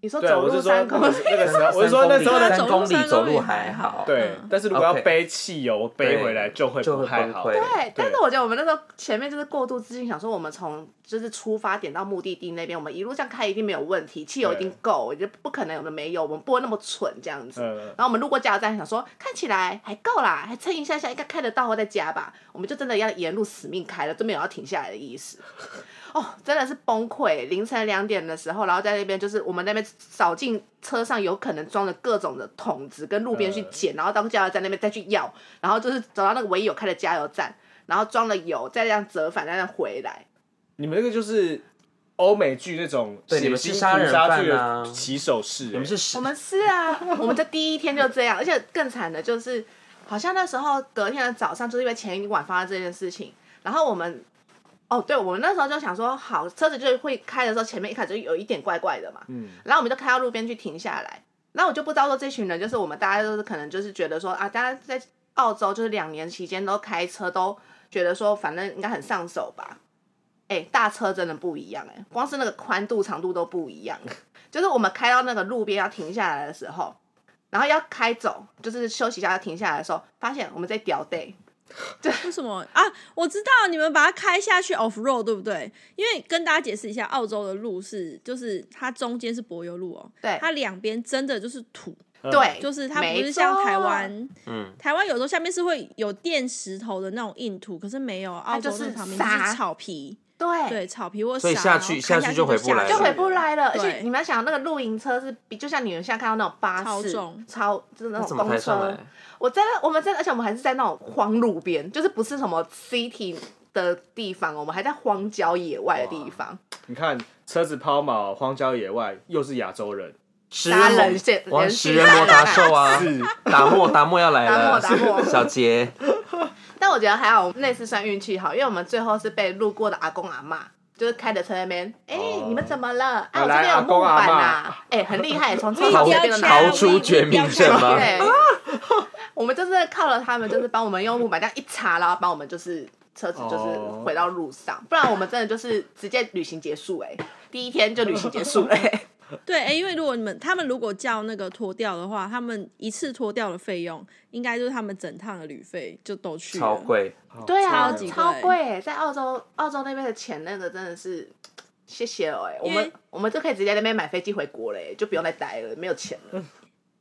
S5: 你说
S2: 对啊，
S5: 走
S2: 我
S5: 路
S2: 是说
S5: 三公
S2: 那
S5: 里
S2: 个，时那个时啊候，我是说那时候
S4: 的
S2: 的
S3: 三公里走路
S4: 三
S3: 还
S4: 公里还
S3: 好
S4: 好，
S2: 对
S4: 嗯，
S2: 但是如果要
S3: OK
S2: 背汽油，我背回来就会
S3: 就
S2: 不
S3: 会
S2: 太
S3: 崩
S2: 好。
S3: 溃。
S5: 对，但是我觉得我们那时候前面就是过度自信，想说我们从就是出发点到目的地那边，我们一路这样开一定没有问题，汽油一定够，我觉得不可能我们没有，我们不会那么蠢这样子。
S2: 嗯，
S5: 然后我们路过加油站，想说看起来还够啦，还撑一下下，应该开得到后再加吧。我们就真的要沿路死命开了，都没有要停下来的意思。哦，真的是崩溃！凌晨两点的时候，然后在那边就是我们那边扫进车上，有可能装着各种的桶子，跟路边去捡，然后到加油站那边再去要，然后就是走到那个唯一有开的加油站，然后装了油，再这样折返，再这样回来。
S2: 你们那个就是欧美剧那种
S3: 对你
S2: 血
S3: 们
S2: 腥
S3: 是杀人
S2: 屠杀剧
S3: 犯啊
S2: 的起手式，
S3: 你们是十
S5: 我们是啊， 我们这第一天就这样，而且更惨的就是，好像那时候隔天的早上，就是因为前一晚发生这件事情，然后我们，哦，对，我们那时候就想说，好，车子就会开的时候，前面一开始就有一点怪怪的嘛，
S2: 嗯，
S5: 然后我们就开到路边去停下来，然后我就不知道说这群人就是我们大家都是可能就是觉得说啊，大家在澳洲就是两年期间都开车都觉得说反正应该很上手吧。哎、大车真的不一样哎、光是那个宽度长度都不一样。 就是我们开到那个路边要停下来的时候，然后要开走，就是休息一下要停下来的时候，发现我们在屌 day，
S4: 嗯为什么啊？我知道你们把它开下去 off road 对不对？因为跟大家解释一下，澳洲的路是就是它中间是柏油路哦，
S5: 对
S4: 它两边真的就是土，
S2: 嗯
S5: 对，
S4: 就是它不
S5: 没
S4: 是
S5: 错
S4: 像台湾，
S3: 嗯，
S4: 台湾有时候下面是会有垫石头的那种硬土，可是没有，澳洲那
S5: 就是
S4: 旁边
S5: 沙
S4: 是草皮，
S5: 对
S4: 对，草皮或
S3: 所以
S4: 沙
S3: 下
S4: 然后
S3: 去
S4: 开下
S3: 下去
S4: 就
S3: 就回不来
S4: 下
S3: 了
S4: 去
S5: 就回不来了。而
S4: 对
S5: 且你们要想，那个露营车是比，就像你们现在看到那种巴
S4: 超
S5: 士，
S4: 重
S5: 超就是那
S3: 那怎
S5: 种
S3: 么
S5: 公
S3: 抬上
S5: 车
S3: 来。？
S5: 我真的，我们真的，而且我们还是在那种荒路边，就是不是什么 city 的地方，我们还在荒郊野外的地方。
S2: 你看车子抛锚，荒郊野外，又是亚洲人，
S3: 食
S5: 杀
S3: 人
S5: 人现
S3: 魔，哇，
S5: 人
S3: 食
S5: 性
S3: 人魔达兽啊，
S2: 是
S3: 达莫达莫要来了，
S5: 达莫达莫
S3: 小 杰，
S5: 但我觉得还好，我们那次算运气好，因为我们最后是被路过的阿公阿妈。就是开着车那边，哎、
S2: 哦
S5: 你们怎么了？啊，我
S2: 啊
S5: 这
S2: 来
S5: 边有
S2: 阿公
S5: 木
S2: 阿
S5: 板
S2: 嬷
S5: 呐、哎、很厉害，从车
S4: 逃
S3: 逃
S5: 上随便
S4: 不
S5: 都
S4: 要
S5: 拿
S4: 掐
S3: 逃出绝命镇吗？
S5: 对， 我们就是靠了他们，就是帮我们用木板这样一插，然后帮我们就是车子就是
S2: 哦
S5: 回到路上，不然我们真的就是直接旅行结束哎、第一天就旅行结束 了、欸，
S4: 对，哎、因为如果你们他们如果叫那个脱掉的话，他们一次脱掉的费用，应该就是他们整趟的旅费就都去了
S3: 超。贵，
S5: 对啊，
S4: 超级
S5: 超
S4: 贵
S5: 贵、欸，在澳洲澳洲那边的钱那个真的是。谢谢哦、哎，我
S4: 因
S5: 们
S4: 为
S5: 我们就可以直接在那边买飞机回国了、哎，就不用再待了，没有钱了。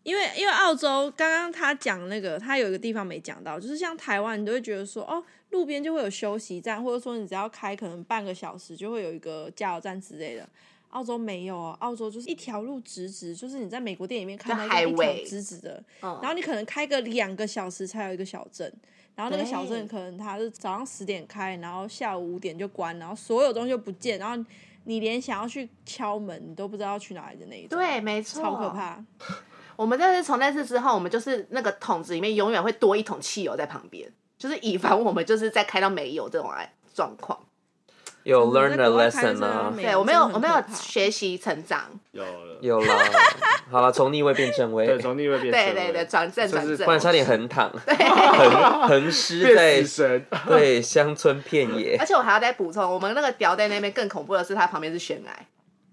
S4: 因为因为澳洲刚刚他讲那个，他有一个地方没讲到，就是像台湾，你都会觉得说，哦，路边就会有休息站，或者说你只要开可能半个小时就会有一个加油站之类的。澳洲没有哦，澳洲就是一条路直直，就是你在美国电影里面看到就是一条
S5: highway
S4: 直直的，
S5: 嗯
S4: 然后你可能开个两个小时才有一个小镇，然后那个小镇
S5: 对
S4: 可能它是早上十点开，然后下午五点就关，然后所有东西就不见，然后你连想要去敲门你都不知道去哪里的那一种，
S5: 对，没错，
S4: 超可。怕。
S5: 我们但是从那次之后，我们就是那个桶子里面永远会多一桶汽油在旁边，就是以防我们就是在开到没有这种哎状况。
S3: 有
S4: 我在
S3: learn a
S4: 国外开
S3: lesson
S4: 车
S3: 啊，
S4: 没
S5: 对我没有，
S4: 真的
S5: 我
S4: 很
S5: 没
S4: 可
S5: 有
S4: 怕
S5: 学习成长。
S2: 有了，
S3: 有啦，好了，从逆位变正位
S2: 对，，从另外变
S5: 对对对，转正转
S2: 甚至
S5: 正
S3: 不。然差点横躺，横横尸在
S2: 变死神，
S3: 对乡村片 野
S5: 而，且我还要再补充，我们那个屌在那边更恐怖的是，它旁边是悬崖。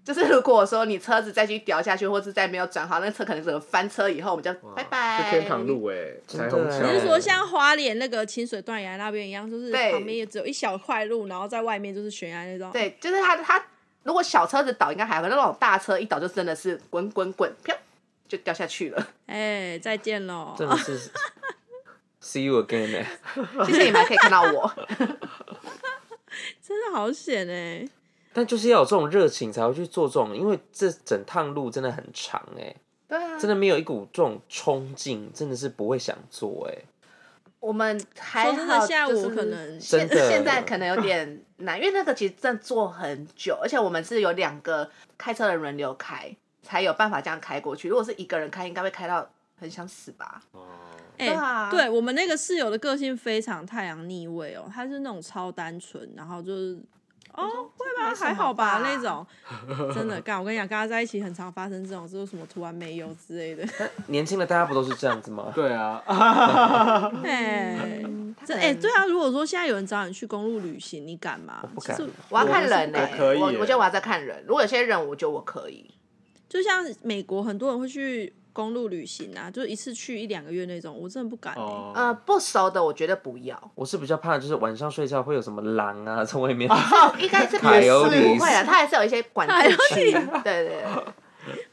S5: 就是如果说你车子再去掉下去，或是再没有转好，那车可能整个翻车以后，我们就拜拜。
S2: 就天堂路哎，彩虹
S3: 真
S2: 桥，
S3: 的
S4: 你是说像花莲那个清水断崖那边一样，就是
S5: 对
S4: 旁边也只有一小块路，然后在外面就是悬崖那种？，
S5: 对，就是它它如果小车子倒应该还好，那种大车一倒就真的是滚滚滚，飘就掉下去 了。
S4: 哎、再见喽。
S3: 真的是 see you again 哎，
S5: 谢谢你们还可以看到我。
S4: 真的好险哎、
S3: 但就是要有这种热情才会去做这种，因为这整趟路真的很长哎，
S5: 对啊，
S3: 真的没有一股这种冲劲，真的是不会想做哎。
S5: 我们还
S4: 说真的，
S5: 好，
S4: 下
S5: 就
S4: 午
S5: 是
S4: 可能
S5: 现
S3: 真的
S5: 现在可能有点难，因为那个其实真的坐很久，而且我们是有两个开车的人轮流开，才有办法这样开过去。如果是一个人开，应该会开到很想死吧？
S4: 哎、
S5: 对啊
S4: 对我们那个室友的个性非常太阳逆位哦，他是那种超单纯，然后就是哦会吧，啊，还好
S5: 吧
S4: 那 种，真的干。我跟你讲，跟他在一起很常发生这种，就是什么涂完煤油之 类的。
S3: 年轻的大家不都是这样子吗？
S2: 对啊，
S4: 哎，这
S5: 可
S4: 哎，
S5: 能
S4: 对啊，如果说现在有人找你去公路旅行，你敢吗？
S3: 不
S4: 其实
S3: 敢
S5: 我要看人呢、欸
S2: 我可以
S5: 我
S2: 耶
S5: 我觉得我要再看人。如果有些人，我觉得我可以。
S4: 就像美国很多人会去公路旅行啊，就是一次去一两个月那种，我真的不敢、欸。
S2: 哦，
S5: 呃，不熟的我绝对不要。
S3: 我是比较怕，就是晚上睡觉会有什么狼啊从 外面。
S5: 哦，应该是不
S3: 卡尤
S5: 是
S3: 里
S5: 不会啊，他还是有一些管制区。对对对，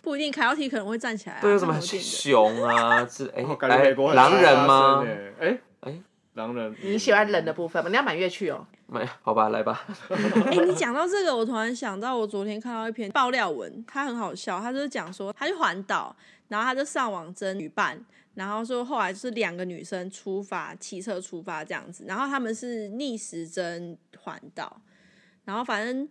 S4: 不一定，凯奥提可能会站起来、啊。
S3: 对，有什么
S4: 蛮有劲的
S3: 熊啊 之哎
S2: 我哦感觉
S3: 哎
S2: 美国很
S3: 狼人
S2: 常发
S3: 吗？
S2: 生欸？哎
S3: 哎
S2: 狼人，
S5: 你喜欢人的部分吗？你要满月去哦。
S3: 没好吧，来吧，
S4: 哎、你讲到这个，我突然想到，我昨天看到一篇爆料文，他很好笑，他就是讲说他去环岛，然后他就上网征女伴，然后说后来就是两个女生出发，骑车出发这样子，然后他们是逆时针环岛，然后反正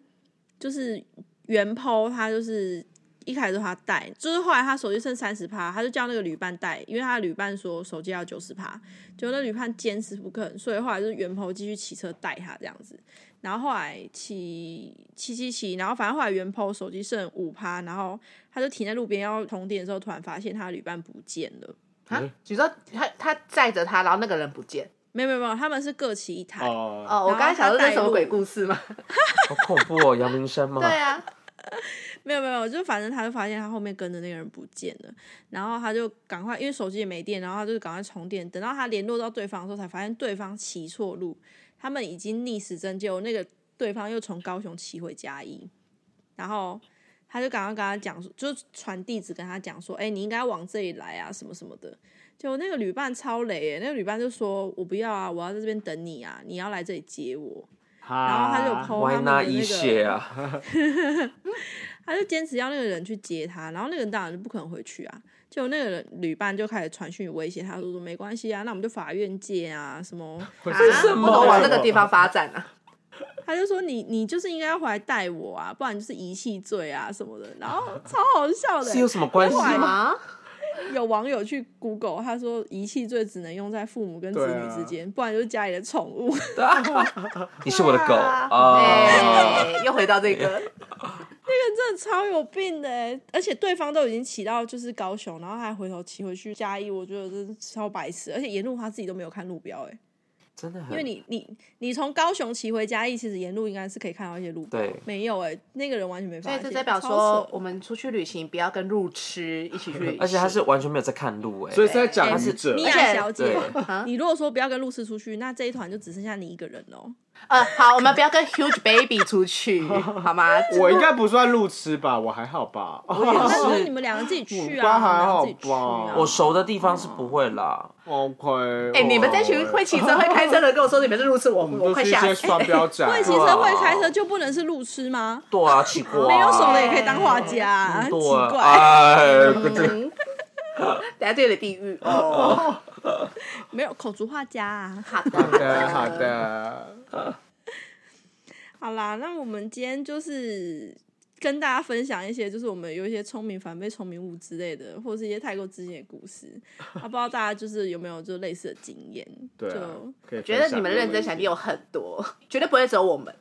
S4: 就是原剖他就是。一开始都他带，就是后来他手机剩三十趴，他就叫那个旅伴带，因为他的旅伴说手机要九十趴，结果那旅伴坚持不肯，所以后来就是原剖继续骑车带他这样子。然后后来骑骑骑骑，然后反正后来原 PO 手机剩五趴，然后他就停在路边要充电的时候，突然发现他的旅伴不见了。
S2: 嗯
S5: 啊，你说他他载着他，然后那个人不见。
S4: 没有没有没有，他们是各骑一台，
S2: 哦，
S5: 哦，我刚才想说这是什么鬼故事吗？
S3: 好恐怖哦，阳明山嘛
S5: 对， 啊，
S4: 没有没有没有，就反正他就发现他后面跟着那个人不见了，然后他就赶快因为手机也没电，然后他就赶快充电，等到他联络到对方的时候，才发现对方骑错路，他们已经逆时针，结果那个对方又从高雄骑回嘉义，然后他就赶快跟他讲说，就传地址跟他讲说，哎、你应该往这里来啊，什么什么的。就那个旅伴超雷、欸，那个旅伴就说：“我不要啊，我要在这边等你啊，你要来这里接我。”然
S2: 然
S4: 后他就 PO
S3: 歪
S4: 他们
S3: 那
S4: 的
S3: 一
S4: 那
S3: 血
S4: 个，
S3: 啊，
S4: 他就坚持要那个人去接他，然后那个人当然就不肯回去啊。就那个人旅伴就开始传讯威胁他说说没关系啊，那我们就法院见啊什么。
S5: 为
S3: 什么
S5: 我往那个地方发展啊？
S4: 他就说你你就是应该要回来带我啊，不然就是遗弃罪啊什么的。然 后超好笑的
S3: 是有
S4: 欸、
S3: 什么关系
S4: 后来
S3: 吗？
S5: 吗？
S4: 有网友去 Google，他说遗弃罪只能用在父母跟子
S2: 对
S4: 女
S2: 啊
S4: 之间，不然就是家里的宠物。
S3: 你是我的狗啊！
S5: 哎，又回到这个，
S4: 真的超有病的欸，而且对方都已经骑到就是高雄，然后还回头骑回去嘉义，我觉得这是超白痴，而且沿路他自己都没有看路标，哎，
S3: 真的
S4: 因为
S3: 很
S4: 你你你从高雄骑回嘉义，其实沿路应该是可以看到一些路标
S3: 对，
S4: 没有哎，那个人完全没发
S5: 所以
S4: 现，
S5: 这代表
S4: 超
S5: 说
S4: 扯，
S5: 我们出去旅行不要跟路痴一起去旅行，
S3: 而且他是完全没有在看路哎，
S2: 所以是在讲
S4: 哎
S2: 愚者
S4: 米
S5: 而且
S4: 娅小姐
S3: 对，
S5: 啊
S4: 你如果说不要跟路痴出去，那这一团就只剩下你一个人哦。
S5: 呃，好，我们不要跟 Huge Baby 出去，好吗？
S2: 我应该不算路痴吧？我还好吧？
S4: 那
S3: 我
S4: 那
S3: 也
S4: 你
S3: 是
S4: 们两个自己去
S2: 我
S4: 啊，
S2: 爸
S4: 你们
S2: 还
S4: 两
S2: 好
S4: 个自己去啊
S2: 吧。
S3: 我熟的地方是不会啦，
S2: OK，哦
S5: 哎、你们这群会骑车、会开车的跟我说你们是路痴，我
S2: 我们
S5: 我
S2: 都
S5: 快
S2: 是一
S5: 吓
S2: 些
S5: 死。
S2: 双标 仔，
S4: 会骑车会开车就不能是路痴吗？
S3: 啊对啊，奇怪，
S4: 没有手的也可以当画家啊，很奇
S3: 对
S4: 怪。
S3: 啊，哎，
S5: 嗯， 等下就有点地狱哦。
S4: 没有口足画家啊。
S5: 好的，好
S2: 好的好。 的，
S4: 好啦，那我们今天就是跟大家分享一些，就是我们有一些聪明反被聪明误之类的，或是一些太过自信的故 事。啊，不知道大家就是有没有就类似的经验？
S2: 对啊
S4: 就，
S2: 可以分享
S5: 觉得你们认真想，你有很多，绝对不会只有我们。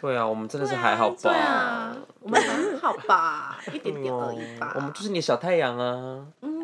S3: 对啊，我们真的是还好
S4: 对
S3: 吧？嗯
S4: 啊，
S5: 我们很好吧，一点点而已吧。
S3: 我们就是你的小太阳啊，
S5: 嗯，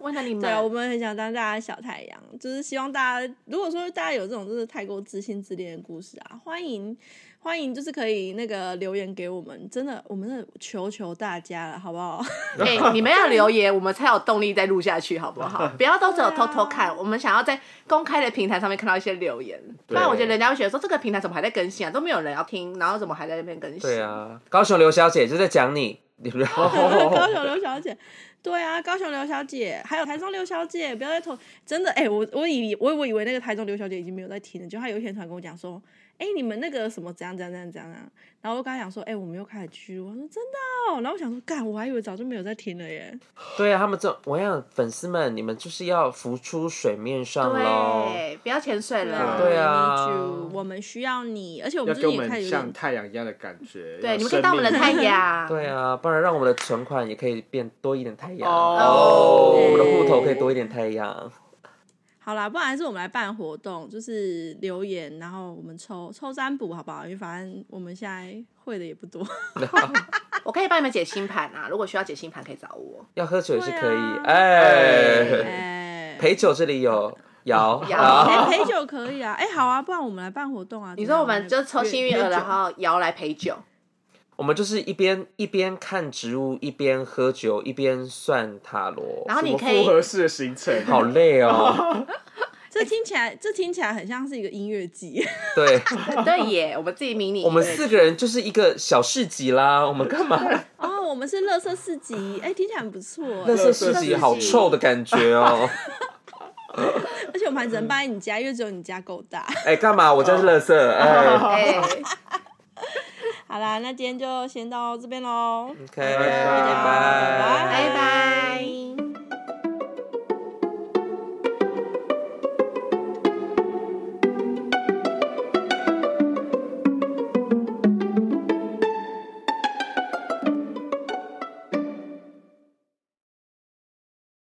S5: 为了你们，
S4: 对嗯啊，我们很想当大家的小太阳，就是希望大家，如果说大家有这种就是太过自信自恋的故事啊，欢迎欢迎，就是可以那个留言给我们，真的，我们真的求求大家了，好不好？
S5: 哎、你们要留言，我们才有动力再录下去，好不好？不要都只有偷偷看，我们想要在公开的平台上面看到一些留言，不然我觉得人家会觉得说这个平台怎么还在更新啊，都没有人要听，然后怎么还在那边更新？
S3: 对，啊，高雄刘小姐就在讲你，你不知道
S4: 高雄刘小姐，对啊，高雄刘小姐，还有台中刘小姐，不要再投，真的，哎、我我以我我以为那个台中刘小姐已经没有在听了，就她有一天突然跟我讲说，哎、你们那个什么怎样怎样怎样怎样啊，然后我跟她讲说，哎、我们又开始居录，我说真的、哦，然后我想说，干，我还以为早就没有在听了耶，
S3: 对啊，他们这种，我想粉丝们，你们就是要浮出水面上喽。
S4: 啊
S5: 对，不要潜水了。
S3: 对
S4: We
S3: 啊
S4: need you，我们需要你，而且我
S2: 要
S4: 们
S2: 给
S4: 最
S2: 我
S4: 近也开
S2: 们
S4: 始有
S2: 像
S4: 点。
S2: 太阳一样的感觉，
S5: 对，啊
S2: 有
S5: 你们可以当我们的太
S2: 生命力。
S5: 阳。
S3: 对啊，不然让我们的存款也可以变多一点太阳
S2: 哦
S4: 哦
S3: 我们的户头可以多一点太阳。
S4: 好啦，不然还是我们来办活动，就是留言，然后我们抽抽占卜，好不好？因为反正我们现在会的也不多。
S5: 我可以帮你们解星盘啊，如果需要解星盘可以找我。
S3: 要喝酒也是可以
S4: 对啊，
S3: 哎，
S4: 哎、
S3: 陪酒这里有摇
S5: 摇
S3: 好
S4: 陪陪酒可以啊，哎、好啊，不然我们来办活动啊。
S5: 你
S4: 怎么
S5: 说
S4: 样
S5: 我们就抽幸运儿，然后摇来陪酒，
S3: 我们就是一边一边看植物，一边喝酒，一边算塔罗
S5: 然，后
S2: 什
S5: 你
S2: 么
S5: 可
S2: 复
S5: 以
S2: 合式的行程，
S3: 好累哦。
S4: 这听起来，这听起来很像是一个音乐季。
S3: 对，
S5: 对耶，我们自己迷你，
S3: 我们四个人就是一个小市集啦，我们干嘛？
S4: 哦，我们是乐色市集，哎、听起来很不错、
S3: 那
S4: 哎
S3: 色市集好臭的感觉哦。
S4: 而且我们还只能搬在你家，因为只有你家够大。
S3: 哎，干嘛？我真是乐色。 哎
S5: 哎，
S4: 好啦，那今天就先到这边喽。
S3: ，OK，
S2: 拜
S3: 拜
S4: 拜
S5: 拜拜。